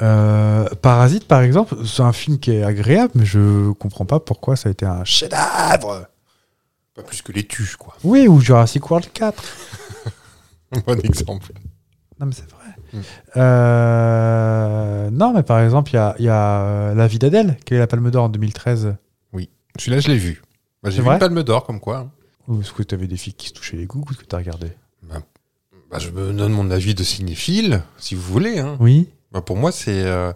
euh, Parasite par exemple, c'est un film qui est agréable, mais je comprends pas pourquoi ça a été un chef.
Cadavre Pas plus que les tuches, quoi. *laughs*
Oui, ou Jurassic World 4.
bon exemple.
Non mais c'est vrai.
Mm.
Euh, non mais par exemple, il y a, il y a, euh, La Vie d'Adèle, qui est la Palme d'Or en 2013.
Celui-là, je l'ai vu. Bah, j'ai
C'est
vu
vrai
une palme d'or, comme quoi. hein.
Ou est-ce que tu avais des filles qui se touchaient les goûts ou est-ce que tu as regardé
Bah, je me donne mon avis de cinéphile, si vous voulez. hein.
Oui.
Bah, pour moi, c'est. euh,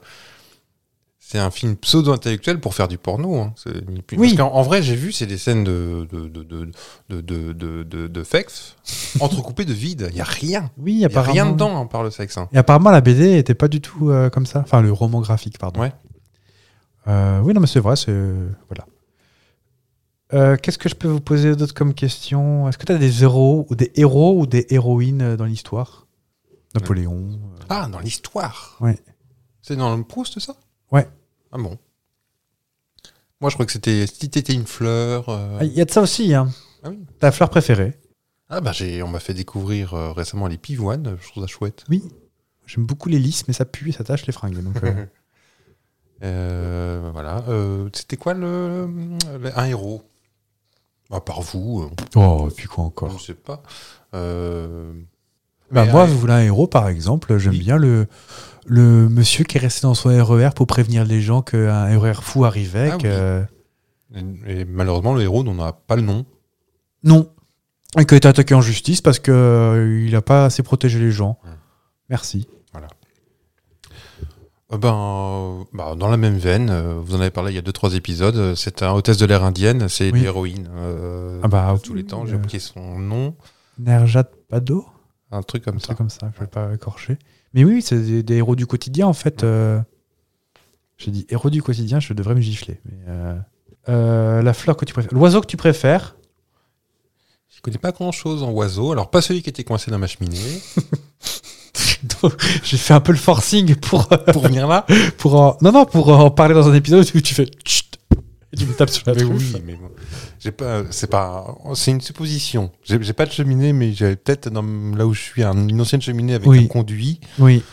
C'est un film pseudo-intellectuel pour faire du porno. hein. C'est-
Oui.
Parce qu'en en vrai, j'ai vu, c'est des scènes de, de, de, de, de, de, de, de-
*laughs*
de sexe entrecoupées de vide. Il n'y a rien.
Oui,
Il n'y a rien
apparemment.
dedans hein, par le sexe. hein.
Et apparemment, la BD était pas du tout euh, comme ça. Enfin, le roman graphique, pardon.
Ouais.
Euh, oui, non, mais c'est vrai, c'est. Voilà. Euh, Qu'est-ce que je peux vous poser d'autre comme question Est-ce que tu as des héros ou des héros ou des héroïnes euh, dans l'histoire Napoléon. euh,
Ah, dans l'histoire.
Ouais.
C'est dans le Proust, ça
Ouais.
Ah bon. Moi, je crois que c'était si t'étais une fleur. euh,
ah, Il y a de ça aussi. Hein.
Ah oui.
Ta fleur préférée
Ah bah j'ai, on m'a fait découvrir euh, récemment les pivoines. Je trouve ça chouette.
Oui. J'aime beaucoup les lys, mais ça pue et ça tâche les fringues. Donc,
*laughs*
euh,
Euh, voilà. Euh, c'était quoi le, le- un héros À part vous, euh,
Oh, et puis quoi
je
encore
sais pas. Euh,
bah,
mais
Moi,
un-
vous voulez un héros, par exemple, j'aime
Oui.
bien le, le monsieur qui est resté dans son RER pour prévenir les gens qu'un RER fou arrivait.
Ah
que-
et malheureusement, le héros, on n'a pas le nom.
Non. Et qui a été attaqué en justice parce que euh, il n'a pas assez protégé les gens.
Ouais.
Merci.
Euh, Ben, euh, bah, dans la même veine, euh, vous en avez parlé il y a deux trois épisodes. euh, C'est un hôtesse de l'air indienne, c'est
Oui.
l'héroïne. euh,
Ah bah,
de tous les temps, j'ai
euh,
oublié son nom,
Nerjat Pado,
un truc comme
un
ça.
truc comme ça, je ne vais pas écorcher. Mais oui, c'est des, des héros du quotidien en fait. euh. J'ai dit héros du quotidien, je devrais me gifler. mais, euh, euh, la fleur que tu préfères, l'oiseau que tu préfères. *laughs*
Je connais pas grand chose en oiseau, alors pas celui qui était coincé dans ma cheminée.
J'ai fait un peu le forcing pour euh,
Pour venir là
pour en... non non pour en parler dans un épisode où tu fais Chut et tu me tapes sur la
Mais
truffe.
oui, mais bon. J'ai pas, c'est pas, c'est une supposition. J'ai j'ai pas de cheminée, mais j'avais peut-être dans là où je suis un- une ancienne cheminée avec
Oui.
un conduit.
Oui.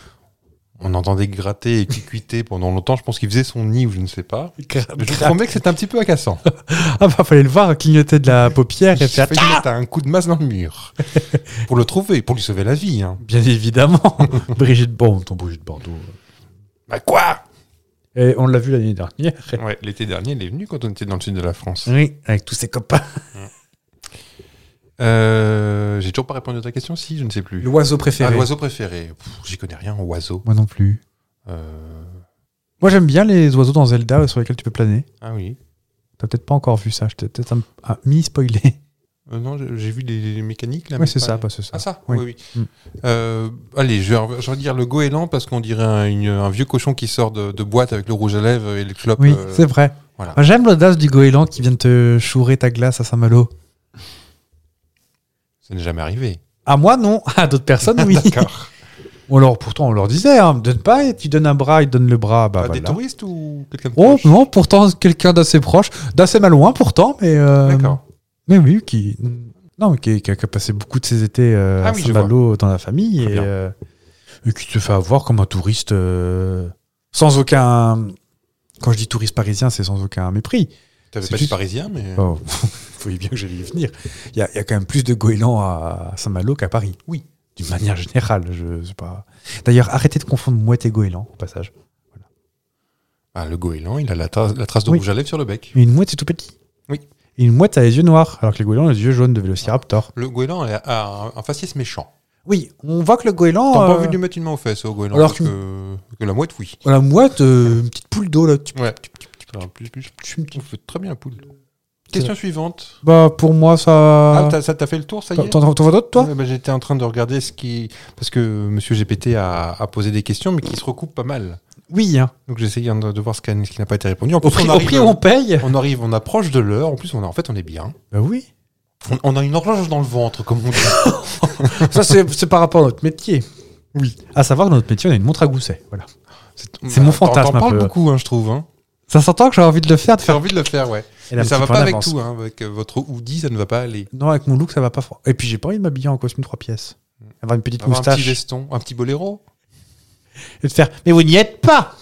On entendait gratter et cuiter pendant longtemps. Je pense qu'il faisait son nid ou je ne sais pas. Mais je vous promets que c'était un petit peu agaçant.
*laughs* Ah bah fallait le voir clignoter de la paupière
J'ai
et faire
failli mettre un coup de masse dans
*laughs*
le mur. pour le trouver, pour lui sauver la vie. Hein.
Bien
*laughs*
évidemment. Brigitte Bardot, ton Brigitte Bardot.
Bah quoi
Et on l'a vu l'année dernière.
Ouais,
Mm.
l'été dernier, il est venu quand on était dans le sud de la France.
Oui, avec tous ses copains.
Euh, J'ai toujours pas répondu à ta question, si, je ne sais plus.
L'oiseau
Ah,
préféré.
l'oiseau préféré. Pff, J'y connais rien, oiseau.
Moi non plus.
Euh,
Moi j'aime bien les oiseaux dans Zelda sur lesquels tu peux planer.
Ah oui.
T'as peut-être pas encore vu ça. Je t'ai peut-être un, un mi-spoilé.
Euh, non, j'ai j'ai vu des mécaniques là.
Ouais,
mais
c'est
pas
ça,
les-
pas c'est ça.
Ah ça
Oui. Mm.
Oui, oui. Euh, allez, je vais, re- je vais dire le goéland parce qu'on dirait un, une- un vieux cochon qui sort de, de boîte avec le rouge à lèvres et le clope.
Oui,
euh,
c'est vrai.
voilà.
Moi, J'aime l'audace du goéland qui vient de te chourer ta glace à Saint-Malo.
ça n'est jamais arrivé.
À moi, non. *laughs* À d'autres personnes, Ah, oui.
*laughs* D'accord.
Ou alors, pourtant, on leur disait, hein, donne pas, et tu donnes un bras, ils te donnent le bras. Bah,
Ah, Des
voilà.
touristes ou quelqu'un de
Oh
proche
non, pourtant, quelqu'un d'assez proche, d'assez mal loin, pourtant, mais. euh,
D'accord.
Mais oui, qui. Non, mais qui, qui a, qui a passé beaucoup de ses étés euh,
Ah
à
oui, je
Saint-Malo dans la famille
Très
et,
bien.
euh, et qui se fait avoir comme un touriste euh, sans aucun. Quand je dis touriste parisien, c'est sans aucun mépris.
T'avais
C'est
pas
juste-
dit parisien, mais.
Oh, *laughs* vous voyez bien que j'allais y venir. Il y, a- il y a quand même plus de goélands à Saint-Malo qu'à Paris. Oui. D'une manière générale, je sais pas. D'ailleurs, arrêtez de confondre mouette et goéland, au passage.
Ah, le goéland, il a la, tra- la trace de
Oui.
rouge à lèvres sur le bec.
Et une mouette, c'est tout petit.
Oui.
Et une mouette a les yeux noirs, alors que les goélands ont les yeux jaunes de vélociraptor.
Le goéland a, a un, un faciès méchant.
Oui, on voit que le goéland.
T'as pas
euh,
envie de lui mettre une main aux fesses au goéland
alors
que, que la mouette, oui.
La mouette, euh, une petite poule d'eau là. tu-
Ouais. Plus, plus, on fait très bien la poule. Question suivante.
Bah pour moi
Ah,
ça.
t'as- ça t'a fait le tour, ça y est
T'en t'en- t'en vois d'autres toi
Ouais, bah, J'étais en train de regarder ce qui. Parce que Monsieur GPT a, a posé des questions, mais qui se recoupent pas mal.
Oui. hein.
Donc j'essayais de, de voir ce qui a- ce qui n'a pas été répondu. En
Au
plus,
prix,
on,
au
arrive,
prix où on paye.
on arrive, on approche de l'heure. En plus, on a, en fait, on est bien.
Bah oui.
On, on a une horloge dans le ventre, comme on dit.
Ça c'est c'est par rapport à notre métier. Oui. À savoir dans notre métier on a une montre à gousset. Voilà. *laughs* C'est mon
Bah, t'en-
fantasme,
T'en
un
parles
peu.
beaucoup, hein, je
*laughs*
trouve. Hein.
Ça s'entend que j'ai envie de le faire. De
J'ai
faire.
envie de le faire, ouais.
Et la
Mais ça va
petite
pas
en
avec
avance.
tout. Hein. Avec euh, votre hoodie, ça ne va pas aller.
Non avec mon look ça va pas fort. Et puis j'ai pas envie de m'habiller en costume trois pièces. Avoir une petite
Avoir un petit
moustache
veston, un petit boléro.
et de faire. Mais vous n'y êtes pas.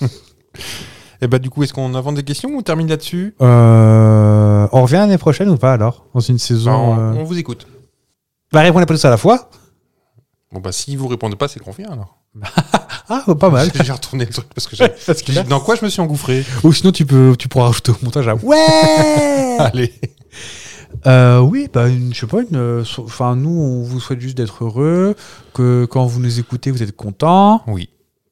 Et bah, du coup, est-ce qu'on invente des questions ou on termine là-dessus
Euh, on revient l'année prochaine ou pas alors dans une saison.
Bah, on,
euh,
on vous écoute.
Bah répondez pas tous à la fois.
Bon, bah, si vous répondez pas, c'est qu'on vient alors.
Ah oh, pas mal.
*laughs* J'ai retourné le truc parce que j'ai.
Parce que là-
Dans quoi je me suis engouffré
Ou sinon tu peux tu pourras rajouter au montage. à- *laughs* Ouais.
Allez.
Euh, oui, bah, une- je sais pas, une, euh, so- enfin, nous, on vous souhaite juste d'être heureux, que quand vous nous écoutez, vous êtes contents.
Oui.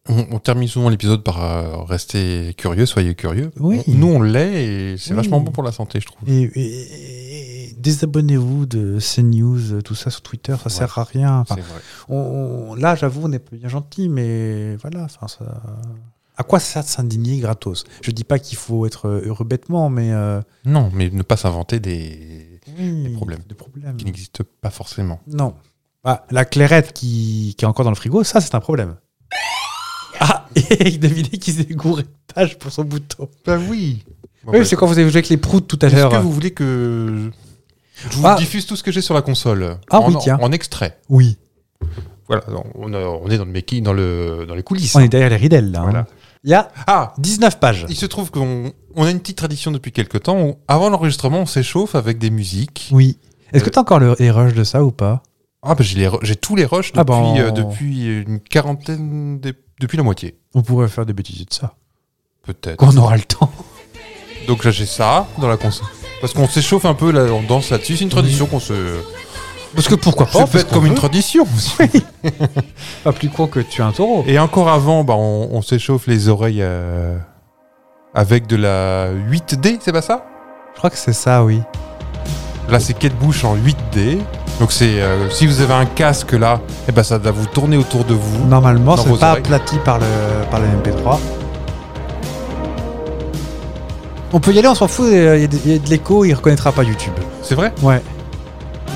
On, on termine souvent l'épisode par euh, rester curieux, soyez curieux.
Oui.
On- nous, on l'est et c'est
Oui.
vachement bon pour la santé, je trouve.
Et, et- et désabonnez-vous de CNews, euh, tout ça sur Twitter, ça
Ouais.
sert à rien. Enfin,
C'est vrai.
on- on- là, j'avoue, on est bien gentil, mais voilà. enfin, ça- À quoi ça de s'indigner gratos Je dis pas qu'il faut être heureux bêtement, mais. euh,
Non, mais ne pas s'inventer des
oui,
problèmes.
Des problèmes.
qui n'existent pas forcément.
Non. Bah, la clairette qui, qui est encore dans le frigo, ça, c'est un problème. Ah, *laughs* et devinez qui s'est gouré de page pour son bouton.
Bah oui. bah,
oui, c'est quand vous avez joué avec les proutes tout à
Est-ce
l'heure.
que vous voulez que je vous
Ah.
diffuse tout ce que j'ai sur la console
Ah
en,
oui, tiens.
en extrait
Oui.
Voilà, on, euh, on est dans le making, dans le dans les coulisses.
On est derrière les ridelles, là. hein.
Voilà.
Il y a
Ah,
19 pages.
il se trouve qu'on on a une petite tradition depuis quelque temps. où, avant l'enregistrement, on s'échauffe avec des musiques.
Oui. Est-ce que
Euh,
t'as encore le, les rushs de ça ou pas
Ah bah j'ai les ru- j'ai tous les rushs depuis,
Ah bon.
euh, depuis une quarantaine des- depuis la moitié
On pourrait faire des bêtises de ça.
peut-être.
Quand on aura le temps.
Donc là j'ai ça dans la console parce qu'on s'échauffe un peu là on danse là-dessus c'est une tradition qu'on se
Parce que pourquoi
c'est fait comme
*laughs*
une tradition.
Pas plus con que tu es un taureau.
Et encore avant bah on, on s'échauffe les oreilles euh, avec de la 8D c'est pas ça
Je crois que c'est ça, oui.
Là c'est quête bouche en 8D donc c'est euh, si vous avez un casque là et ben ça va vous tourner autour de vous.
Normalement,
Dans
c'est
vos
pas
oreilles.
aplati par le, par le MP3. On peut y aller, on s'en fout, euh, il y a il y a de, il y a de l'écho, il reconnaîtra pas YouTube.
C'est vrai
Ouais.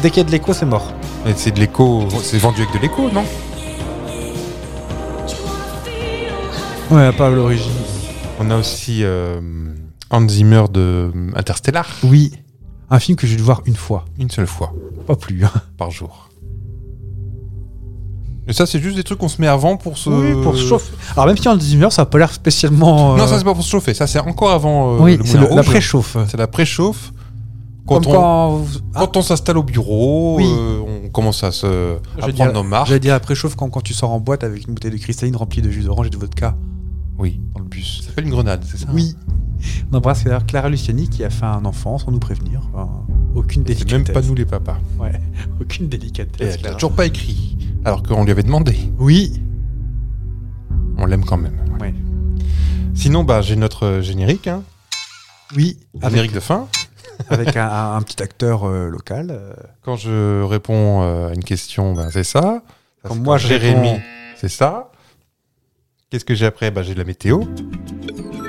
Dès qu'il y a de l'écho, c'est mort.
Et c'est de l'écho c'est vendu avec de l'écho non
Ouais, pas à l'origine.
On a aussi euh, Hans Zimmer de euh, Interstellar,
Oui. Un film que j'ai dû voir une fois,
une seule fois
pas plus. hein.
par jour. Et ça, c'est juste des trucs qu'on se met avant pour se.
Alors même si en 10 heures, ça a pas l'air spécialement... euh,
Euh, Non, ça, c'est pas pour se chauffer. Ça, c'est encore avant euh,
oui,
le
c'est
Moulin
le- la
Rouge.
préchauffe.
C'est la pré-chauffe. Quand,
Comme
on,
quand... vous- Ah,
quand on s'installe au bureau,
Oui.
euh, on commence à, se, à
J'ai
prendre
dit à-
nos marques.
Ah, J'allais dire la préchauffe quand, quand tu sors en boîte avec une bouteille de cristalline remplie de jus d'orange et de vodka
Oui.
dans le bus.
Ça hein. s'appelle une grenade, c'est ça
Oui. On embrasse d'ailleurs Clara Luciani qui a fait un enfant sans nous prévenir. Enfin, aucune
Et C'est même
délicatesse.
pas nous les papas.
Ouais, aucune
Et
délicatesse.
elle l'a
Clara.
toujours pas écrit. Alors qu'on lui avait demandé.
Oui.
On l'aime quand même.
Ouais.
Sinon, bah, j'ai notre euh, générique, hein,
Oui. Avec,
générique de fin.
*laughs* avec un, un- un petit acteur euh, local. euh,
Quand je réponds euh, à une question, ben, c'est ça. Ça,
Quand
c'est
moi, je
Jérémy,
réponds-
c'est ça. Qu'est-ce que j'ai après bah, J'ai de la météo.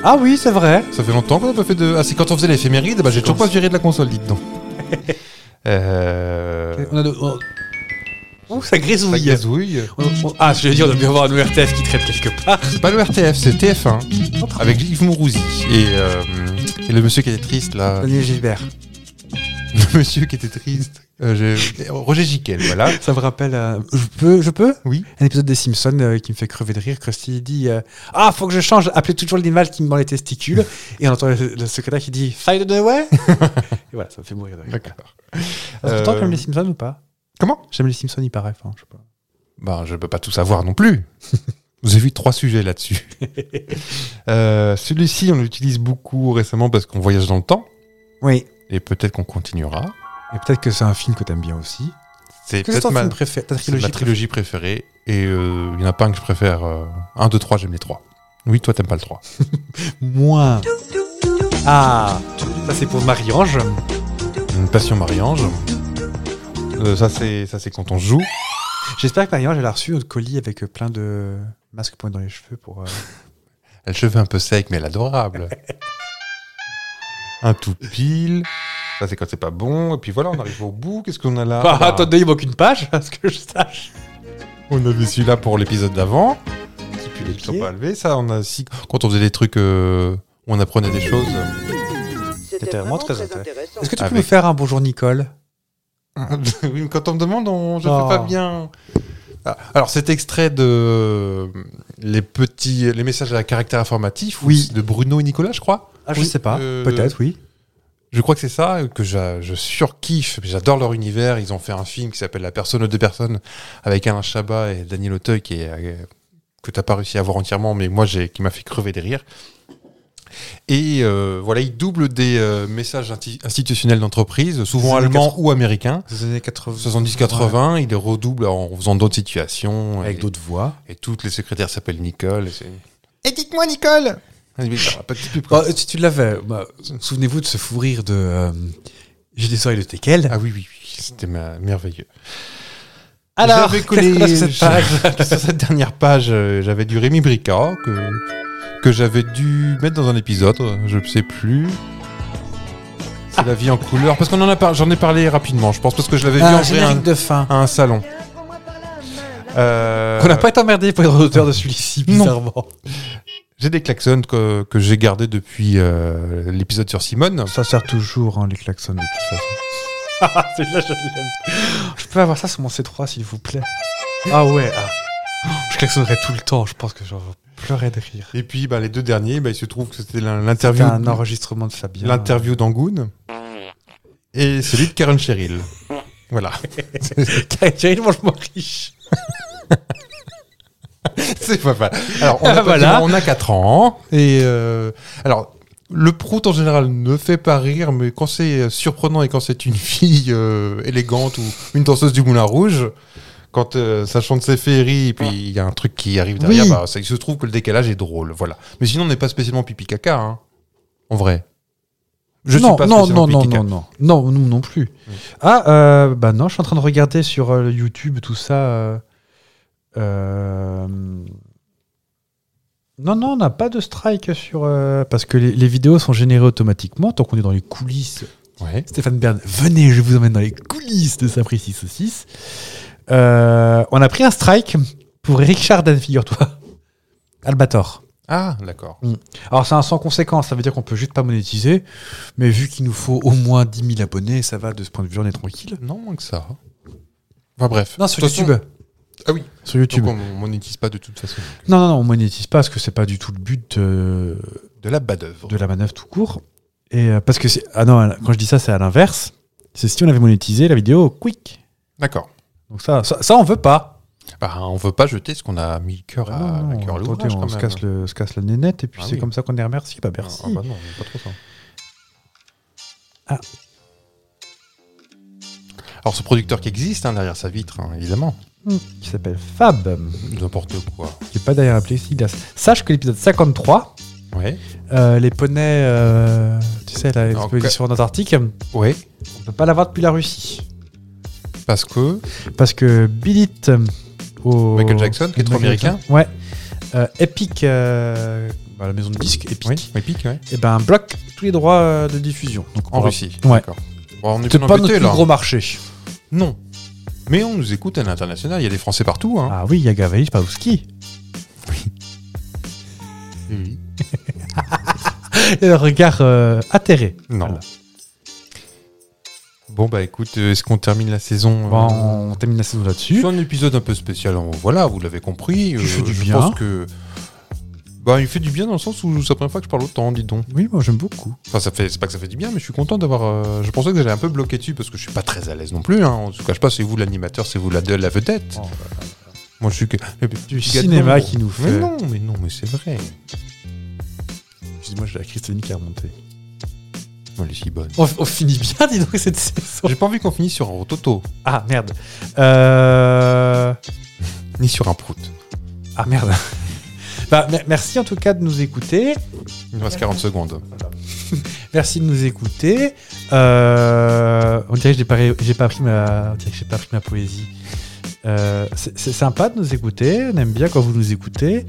Ah oui, c'est vrai.
Ça fait longtemps qu'on n'a pas fait de. Ah, c'est quand on faisait l'éphéméride, bah, j'ai toujours pas viré de la console, dites
*laughs*
donc. euh...
On a de- oh. Ouh, ça
ça
grésouille.
gazouille.
On- on- Ah, je vais dire, on doit bien avoir un ORTF qui traite quelque part.
C'est pas le RTF, c'est TF1 avec Yves Mourouzi et, euh, et le monsieur qui était triste là.
Daniel Gilbert.
*laughs* Le monsieur qui était triste. euh, je- Roger Giquel, voilà.
Ça me rappelle. euh, je peux Je peux
Oui.
Un épisode des Simpsons euh, qui me fait crever de rire. Krusty dit euh, Ah, faut que je change. Appelez toujours l'animal qui me dans les testicules. Et on entend le, le secrétaire qui dit Find the way. Et voilà, ça me fait mourir de rire. Euh,
D'accord.
Est-ce que toi, t'aimes les Simpsons ou pas
Comment
J'aime les Simpsons, il paraît. Enfin, je sais pas.
Ben, je peux pas tout savoir non plus.
*laughs*
Vous avez vu trois sujets là-dessus. Euh, Celui-ci, on l'utilise beaucoup récemment parce qu'on voyage dans le temps
Oui.
et peut-être qu'on continuera.
Et peut-être que c'est un film que t'aimes bien aussi.
C'est
Quelle est
peut-être
ton
ma,
film préféré Ta
c'est ma
trilogie préférée
trilogie préférée et euh, il y en a pas un que je préfère. euh, un, deux, trois, j'aime les trois. Oui, toi, t'aimes pas le trois.
Moins. Ah, ça c'est pour Marie-Ange.
Une passion Marie-Ange. Euh, ça, c'est ça, c'est quand on joue.
J'espère que Marie-Ange elle a reçu notre colis avec euh, plein de masques points dans les cheveux pour. euh,
Elle cheveux un peu sec, mais elle
*laughs*
est adorable. un tout pile. Ça, c'est quand c'est pas bon. Et puis voilà, on arrive au bout. Qu'est-ce qu'on a là
Bah,
Bah,
attendez, il manque une page, à ce que je sache.
On avait celui-là pour l'épisode d'avant. Qui pue
les
qui sont
pieds.
pas levés. Ça, on a aussi. Quand on faisait des trucs, euh, où on apprenait des choses.
C'était vraiment très intéressant.
intéressant.
Est-ce que tu peux
Avec-
nous faire un bonjour Nicole
*laughs* Oui, mais quand on me demande, on- je ne
Oh.
fais pas bien. Ah, Alors, cet extrait de euh, les petits, les messages à caractère informatif, ou
Oui.
de Bruno et Nicolas, je crois.
Ah, je
Oui,
sais pas.
euh,
Peut-être, oui.
Je crois que c'est ça que j'a- je surkiffe. J'adore leur univers. Ils ont fait un film qui s'appelle La personne aux deux personnes avec Alain Chabat et Daniel Auteuil qui est, euh, que t'as pas réussi à voir entièrement, mais moi j'ai qui m'a fait crever des rires. Et euh, voilà, ils doublent des euh, messages inti- institutionnels d'entreprise, souvent
Des années
allemands
80.
ou américains.
Des années 80.
70-80, ils les redoublent en faisant d'autres situations.
Avec
Et-
d'autres voix.
Et toutes les secrétaires s'appellent Nicole. Et, Ah dites-moi Nicole Petite pub comme
Bah, si tu l'avais, bah, souvenez-vous de ce fou rire de. euh, J'ai des soirées de Tequel.
Ah oui, oui, oui, c'était ma- merveilleux.
Alors,
j'avais
qu'est-ce
collé
qu'on a sur
*laughs*
cette page
sur cette dernière page, euh, j'avais du Rémi Bricard que, que j'avais dû mettre dans un épisode, euh, je ne sais plus. C'est la vie en couleur. Parce qu'on en a par- j'en ai parlé rapidement, je pense, parce que je l'avais vu en
Un
vrai à un,
Ah, générique de fin.
à un salon. Euh,
On n'a pas été emmerdé pour être auteur de celui-ci,
Non.
bizarrement.
J'ai des klaxons que, que j'ai gardés depuis euh, l'épisode sur Simone.
Ça sert toujours, hein, les klaxons, de toute façon. Ah, celui-là, je l'aime. Je peux avoir ça sur mon C3, s'il vous plaît. Ah ouais, ah. Je klaxonnerai tout le temps, je pense que j'en pleurais de rire.
Et puis bah, les deux derniers, bah, il se trouve que c'était l'in-
C'était
l'interview
un enregistrement de Fabien. *laughs*
l'interview d'Angoun et celui de Karen Cheryl. voilà.
Thierry mange moi riche.
*laughs* C'est pas mal. Alors, on a,
Ah,
pas-
voilà.
on a 4 ans. Et euh, alors, le prout en général ne fait pas rire, mais quand c'est surprenant et quand c'est une *laughs* fille euh, élégante ou une danseuse du Moulin Rouge, quand euh, ça chante ses féeries et puis il y a un truc qui arrive derrière,
Oui.
bah, ça, il se trouve que le décalage est drôle. Voilà. Mais sinon, on n'est pas spécialement pipi caca, hein, en vrai. Je
non,
suis pas
non, non,
spécialement hein.
non,
pipi
non, non, non, nous non plus. Ah, euh, bah non, je suis en train de regarder sur euh, YouTube tout ça. euh, euh, Non, non, on n'a pas de strike sur. euh, Parce que les, les vidéos sont générées automatiquement tant qu'on est dans les coulisses.
Ouais.
Stéphane Bern, venez, je vous emmène dans les coulisses de Sapristi Saucisse. Euh, on a pris un strike pour Eric Chardin, figure-toi. Albator.
Ah, d'accord.
Alors c'est un sans conséquence, ça veut dire qu'on peut juste pas monétiser, mais vu qu'il nous faut au moins 10 000 abonnés, ça va de ce point de vue, on est tranquille.
Non, moins que ça. Enfin bref.
Non, sur
De toute
YouTube.
façon- Ah oui.
Sur YouTube.
Donc, on monétise pas de toute façon.
Non, non, non, on monétise pas parce que c'est pas du tout le but euh,
De la badœuvre.
de la manœuvre tout court. Et euh, parce que c'est. Ah non, quand je dis ça, c'est à l'inverse. C'est si on avait monétisé la vidéo quick.
D'accord.
Donc ça, ça, ça, on veut pas.
Bah, on veut pas jeter ce qu'on a mis le cœur
Ah,
à,
non,
le cœur à
attendez,
l'ouvrage,
on
quand
se
même.
casse, le, se casse la nénette et puis
Ah
c'est
oui.
comme ça qu'on est remercié. Bah
Ah,
merci.
Ah, bah non, j'aime pas trop ça.
Ah.
Alors, ce producteur qui existe hein, derrière sa vitre, hein, évidemment.
Hmm, Qui s'appelle Fab,
N'importe quoi.
qui est pas derrière un plexiglas. Sache que l'épisode 53,
Ouais.
Euh, les poneys, euh, tu sais, la-
euh,
l'exposition en Antarctique, on
Ouais.
peut pas l'avoir depuis la Russie.
Parce que
Parce que Billit au.
Michael Jackson, qui est trop
Michael
américain.
Jackson, Ouais. Euh, Epic, euh, bah, la maison de disques, Epic,
Oui, Epic, ouais.
et ben bloque tous les droits euh, de diffusion. Donc
En
on va-
Russie.
Ouais.
D'accord. Bon, on est
C'est
bien
pas notre
embêtés,
plus
là.
gros marché.
Non. Mais on nous écoute à l'international. Il y a des Français partout. Hein.
Ah oui, il y a Gavrilis Pavlovski.
Oui.
Et le regard euh, atterré.
Non.
Voilà.
Bon, bah écoute, euh, est-ce qu'on termine la saison euh,
Bon, on termine la saison là-dessus.
Sur un épisode un peu spécial, hein, voilà, vous l'avez compris. euh,
fait du
je
bien.
pense que. Bah, il fait du bien dans le sens où c'est la première fois que je parle autant, dis donc.
Oui, moi j'aime beaucoup.
Enfin, ça fait, c'est pas que ça fait du bien, mais je suis content d'avoir. euh, je pensais que j'allais un peu bloquer dessus parce que je suis pas très à l'aise non plus. Hein. On se cache pas, c'est vous l'animateur, c'est vous la, la vedette.
Oh, là,
Moi, je suis que.
bah,
Euh,
Du cinéma qui nous
Mais
fait.
non, mais non, mais c'est vrai.
Excuse-moi, j'ai la Christine qui est remontée.
Oh, elle est si bonne.
On, on finit bien, dis donc, cette *laughs* saison.
J'ai pas envie qu'on finisse sur un rototo,
Ah merde. Euh.
ni sur un prout.
Ah merde. *laughs* Bah, me- merci en tout cas de nous écouter.
Il nous reste 40 secondes.
Merci de nous écouter. Euh, on dirait que j'ai pas, ré- j'ai pas pris ma, on dirait que j'ai pas pris ma poésie. Euh, c'est c'est sympa de nous écouter. On aime bien quand vous nous écoutez.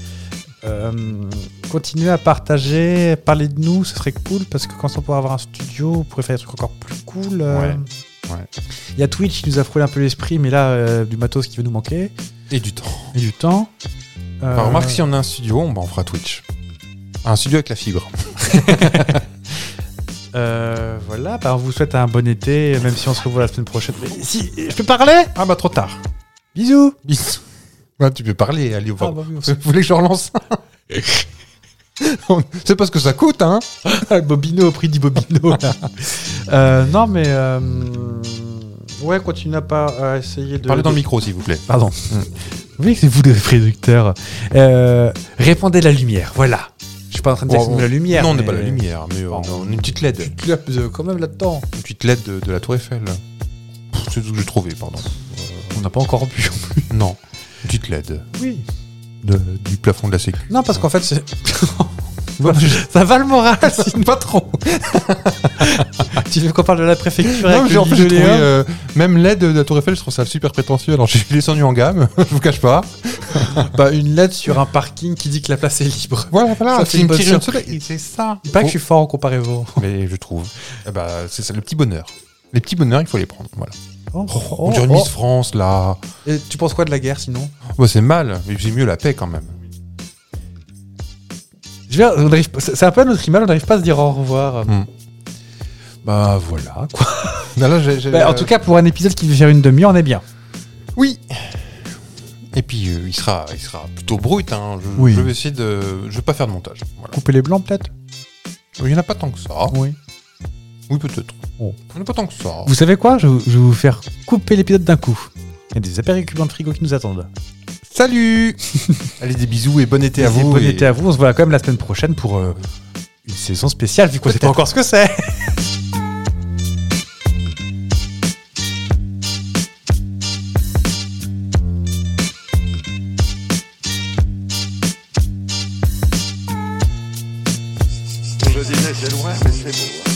Euh, continuez à partager, parler de nous, ce serait cool parce que quand on pourra avoir un studio, on pourrait faire des trucs encore plus cool. euh.
Ouais, ouais.
Il y a Twitch qui nous a frôlé un peu l'esprit, mais là, euh, du matos qui va nous manquer
Et du temps.
et du temps. Euh,
Enfin, remarque, si on a un studio, on, bah, on fera Twitch. Un studio avec la fibre.
Euh, voilà, bah, on vous souhaite un bon été, même si on se revoit la semaine prochaine. Mais si, je peux parler
Ah, bah, trop tard.
Bisous
Bisous. Ouais, tu peux parler, allez,
Ah, bah oui, on
*laughs* Vous voulez que je relance *laughs* C'est parce que ça coûte, hein
Ah, Bobino au prix du Bobino. là. *laughs* Euh, non, mais. euh, ouais, continue à pas à essayer de.
Parlez dans le micro, s'il vous plaît.
Pardon. Vous voyez que c'est vous le réducteur. Euh, répandez la lumière, voilà. Je suis pas en train de dire que c'est
Oh,
nous la lumière.
non, on n'est
mais-
pas la lumière, mais euh,
Bon.
on a une petite LED.
Tu te clapes, euh, quand même là-dedans.
Une petite LED de, de la Tour Eiffel. Pff, C'est tout ce que j'ai trouvé, pardon.
On n'a pas encore bu.
Non. Une petite LED
Oui.
de- du plafond de la sécu.
Non, parce qu'en fait, *laughs* c'est. ça va le moral, *laughs* sinon pas trop. tu veux qu'on parle de la préfecture
Non,
avec
mais
le
en fait, j'ai trouvé,
Lidl-Léa
euh, même LED de la Tour Eiffel, je trouve ça super prétentieux. Alors, *laughs* j'ai descendu en gamme, je vous cache pas.
Bah, une lettre sur un parking qui dit que la place est libre.
Voilà, voilà,
Ça fait Ah, une bonne
petite
surprise.
surprise. C'est ça.
Pas que je
Oh,
suis fort en comparaison.
Mais je trouve. Eh bah, c'est ça, le petit bonheur. Les petits bonheurs, il faut les prendre. Voilà.
Oh,
On dirait une Miss France, là.
Et tu penses quoi de la guerre sinon
Bah, c'est mal, mais c'est mieux la paix quand même.
Je veux dire, on arrive- c'est c'est un peu notre image, on n'arrive pas à se dire au revoir.
Mm. Bah voilà *laughs* quoi. là, j'ai- euh, j'ai-
Bah, en tout cas, pour un épisode qui veut faire une demi, on est bien.
oui. Et puis euh, il sera, il sera plutôt brut. Hein. Je,
Oui.
je vais essayer de, je vais pas faire de montage. Voilà.
Couper les blancs peut-être
Il y en a pas tant que ça.
Oui.
Oui peut-être.
Oh.
Il n'y en a pas tant que ça.
Vous savez quoi je, je vais vous faire couper l'épisode d'un coup. Il y a des apéritifs dans le frigo qui nous attendent.
Salut. *laughs* Allez des bisous et bon été à
Et
vous.
Bon
et-
été à vous. On se voit quand même la semaine prochaine pour euh, une saison spéciale, vu qu'on sait pas encore ce que c'est.
Je disais c'est loin, mais c'est beau.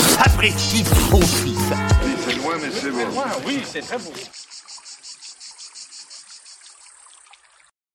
Sapristi, profit
Je dis c'est loin, mais c'est beau.
Oui, c'est très beau.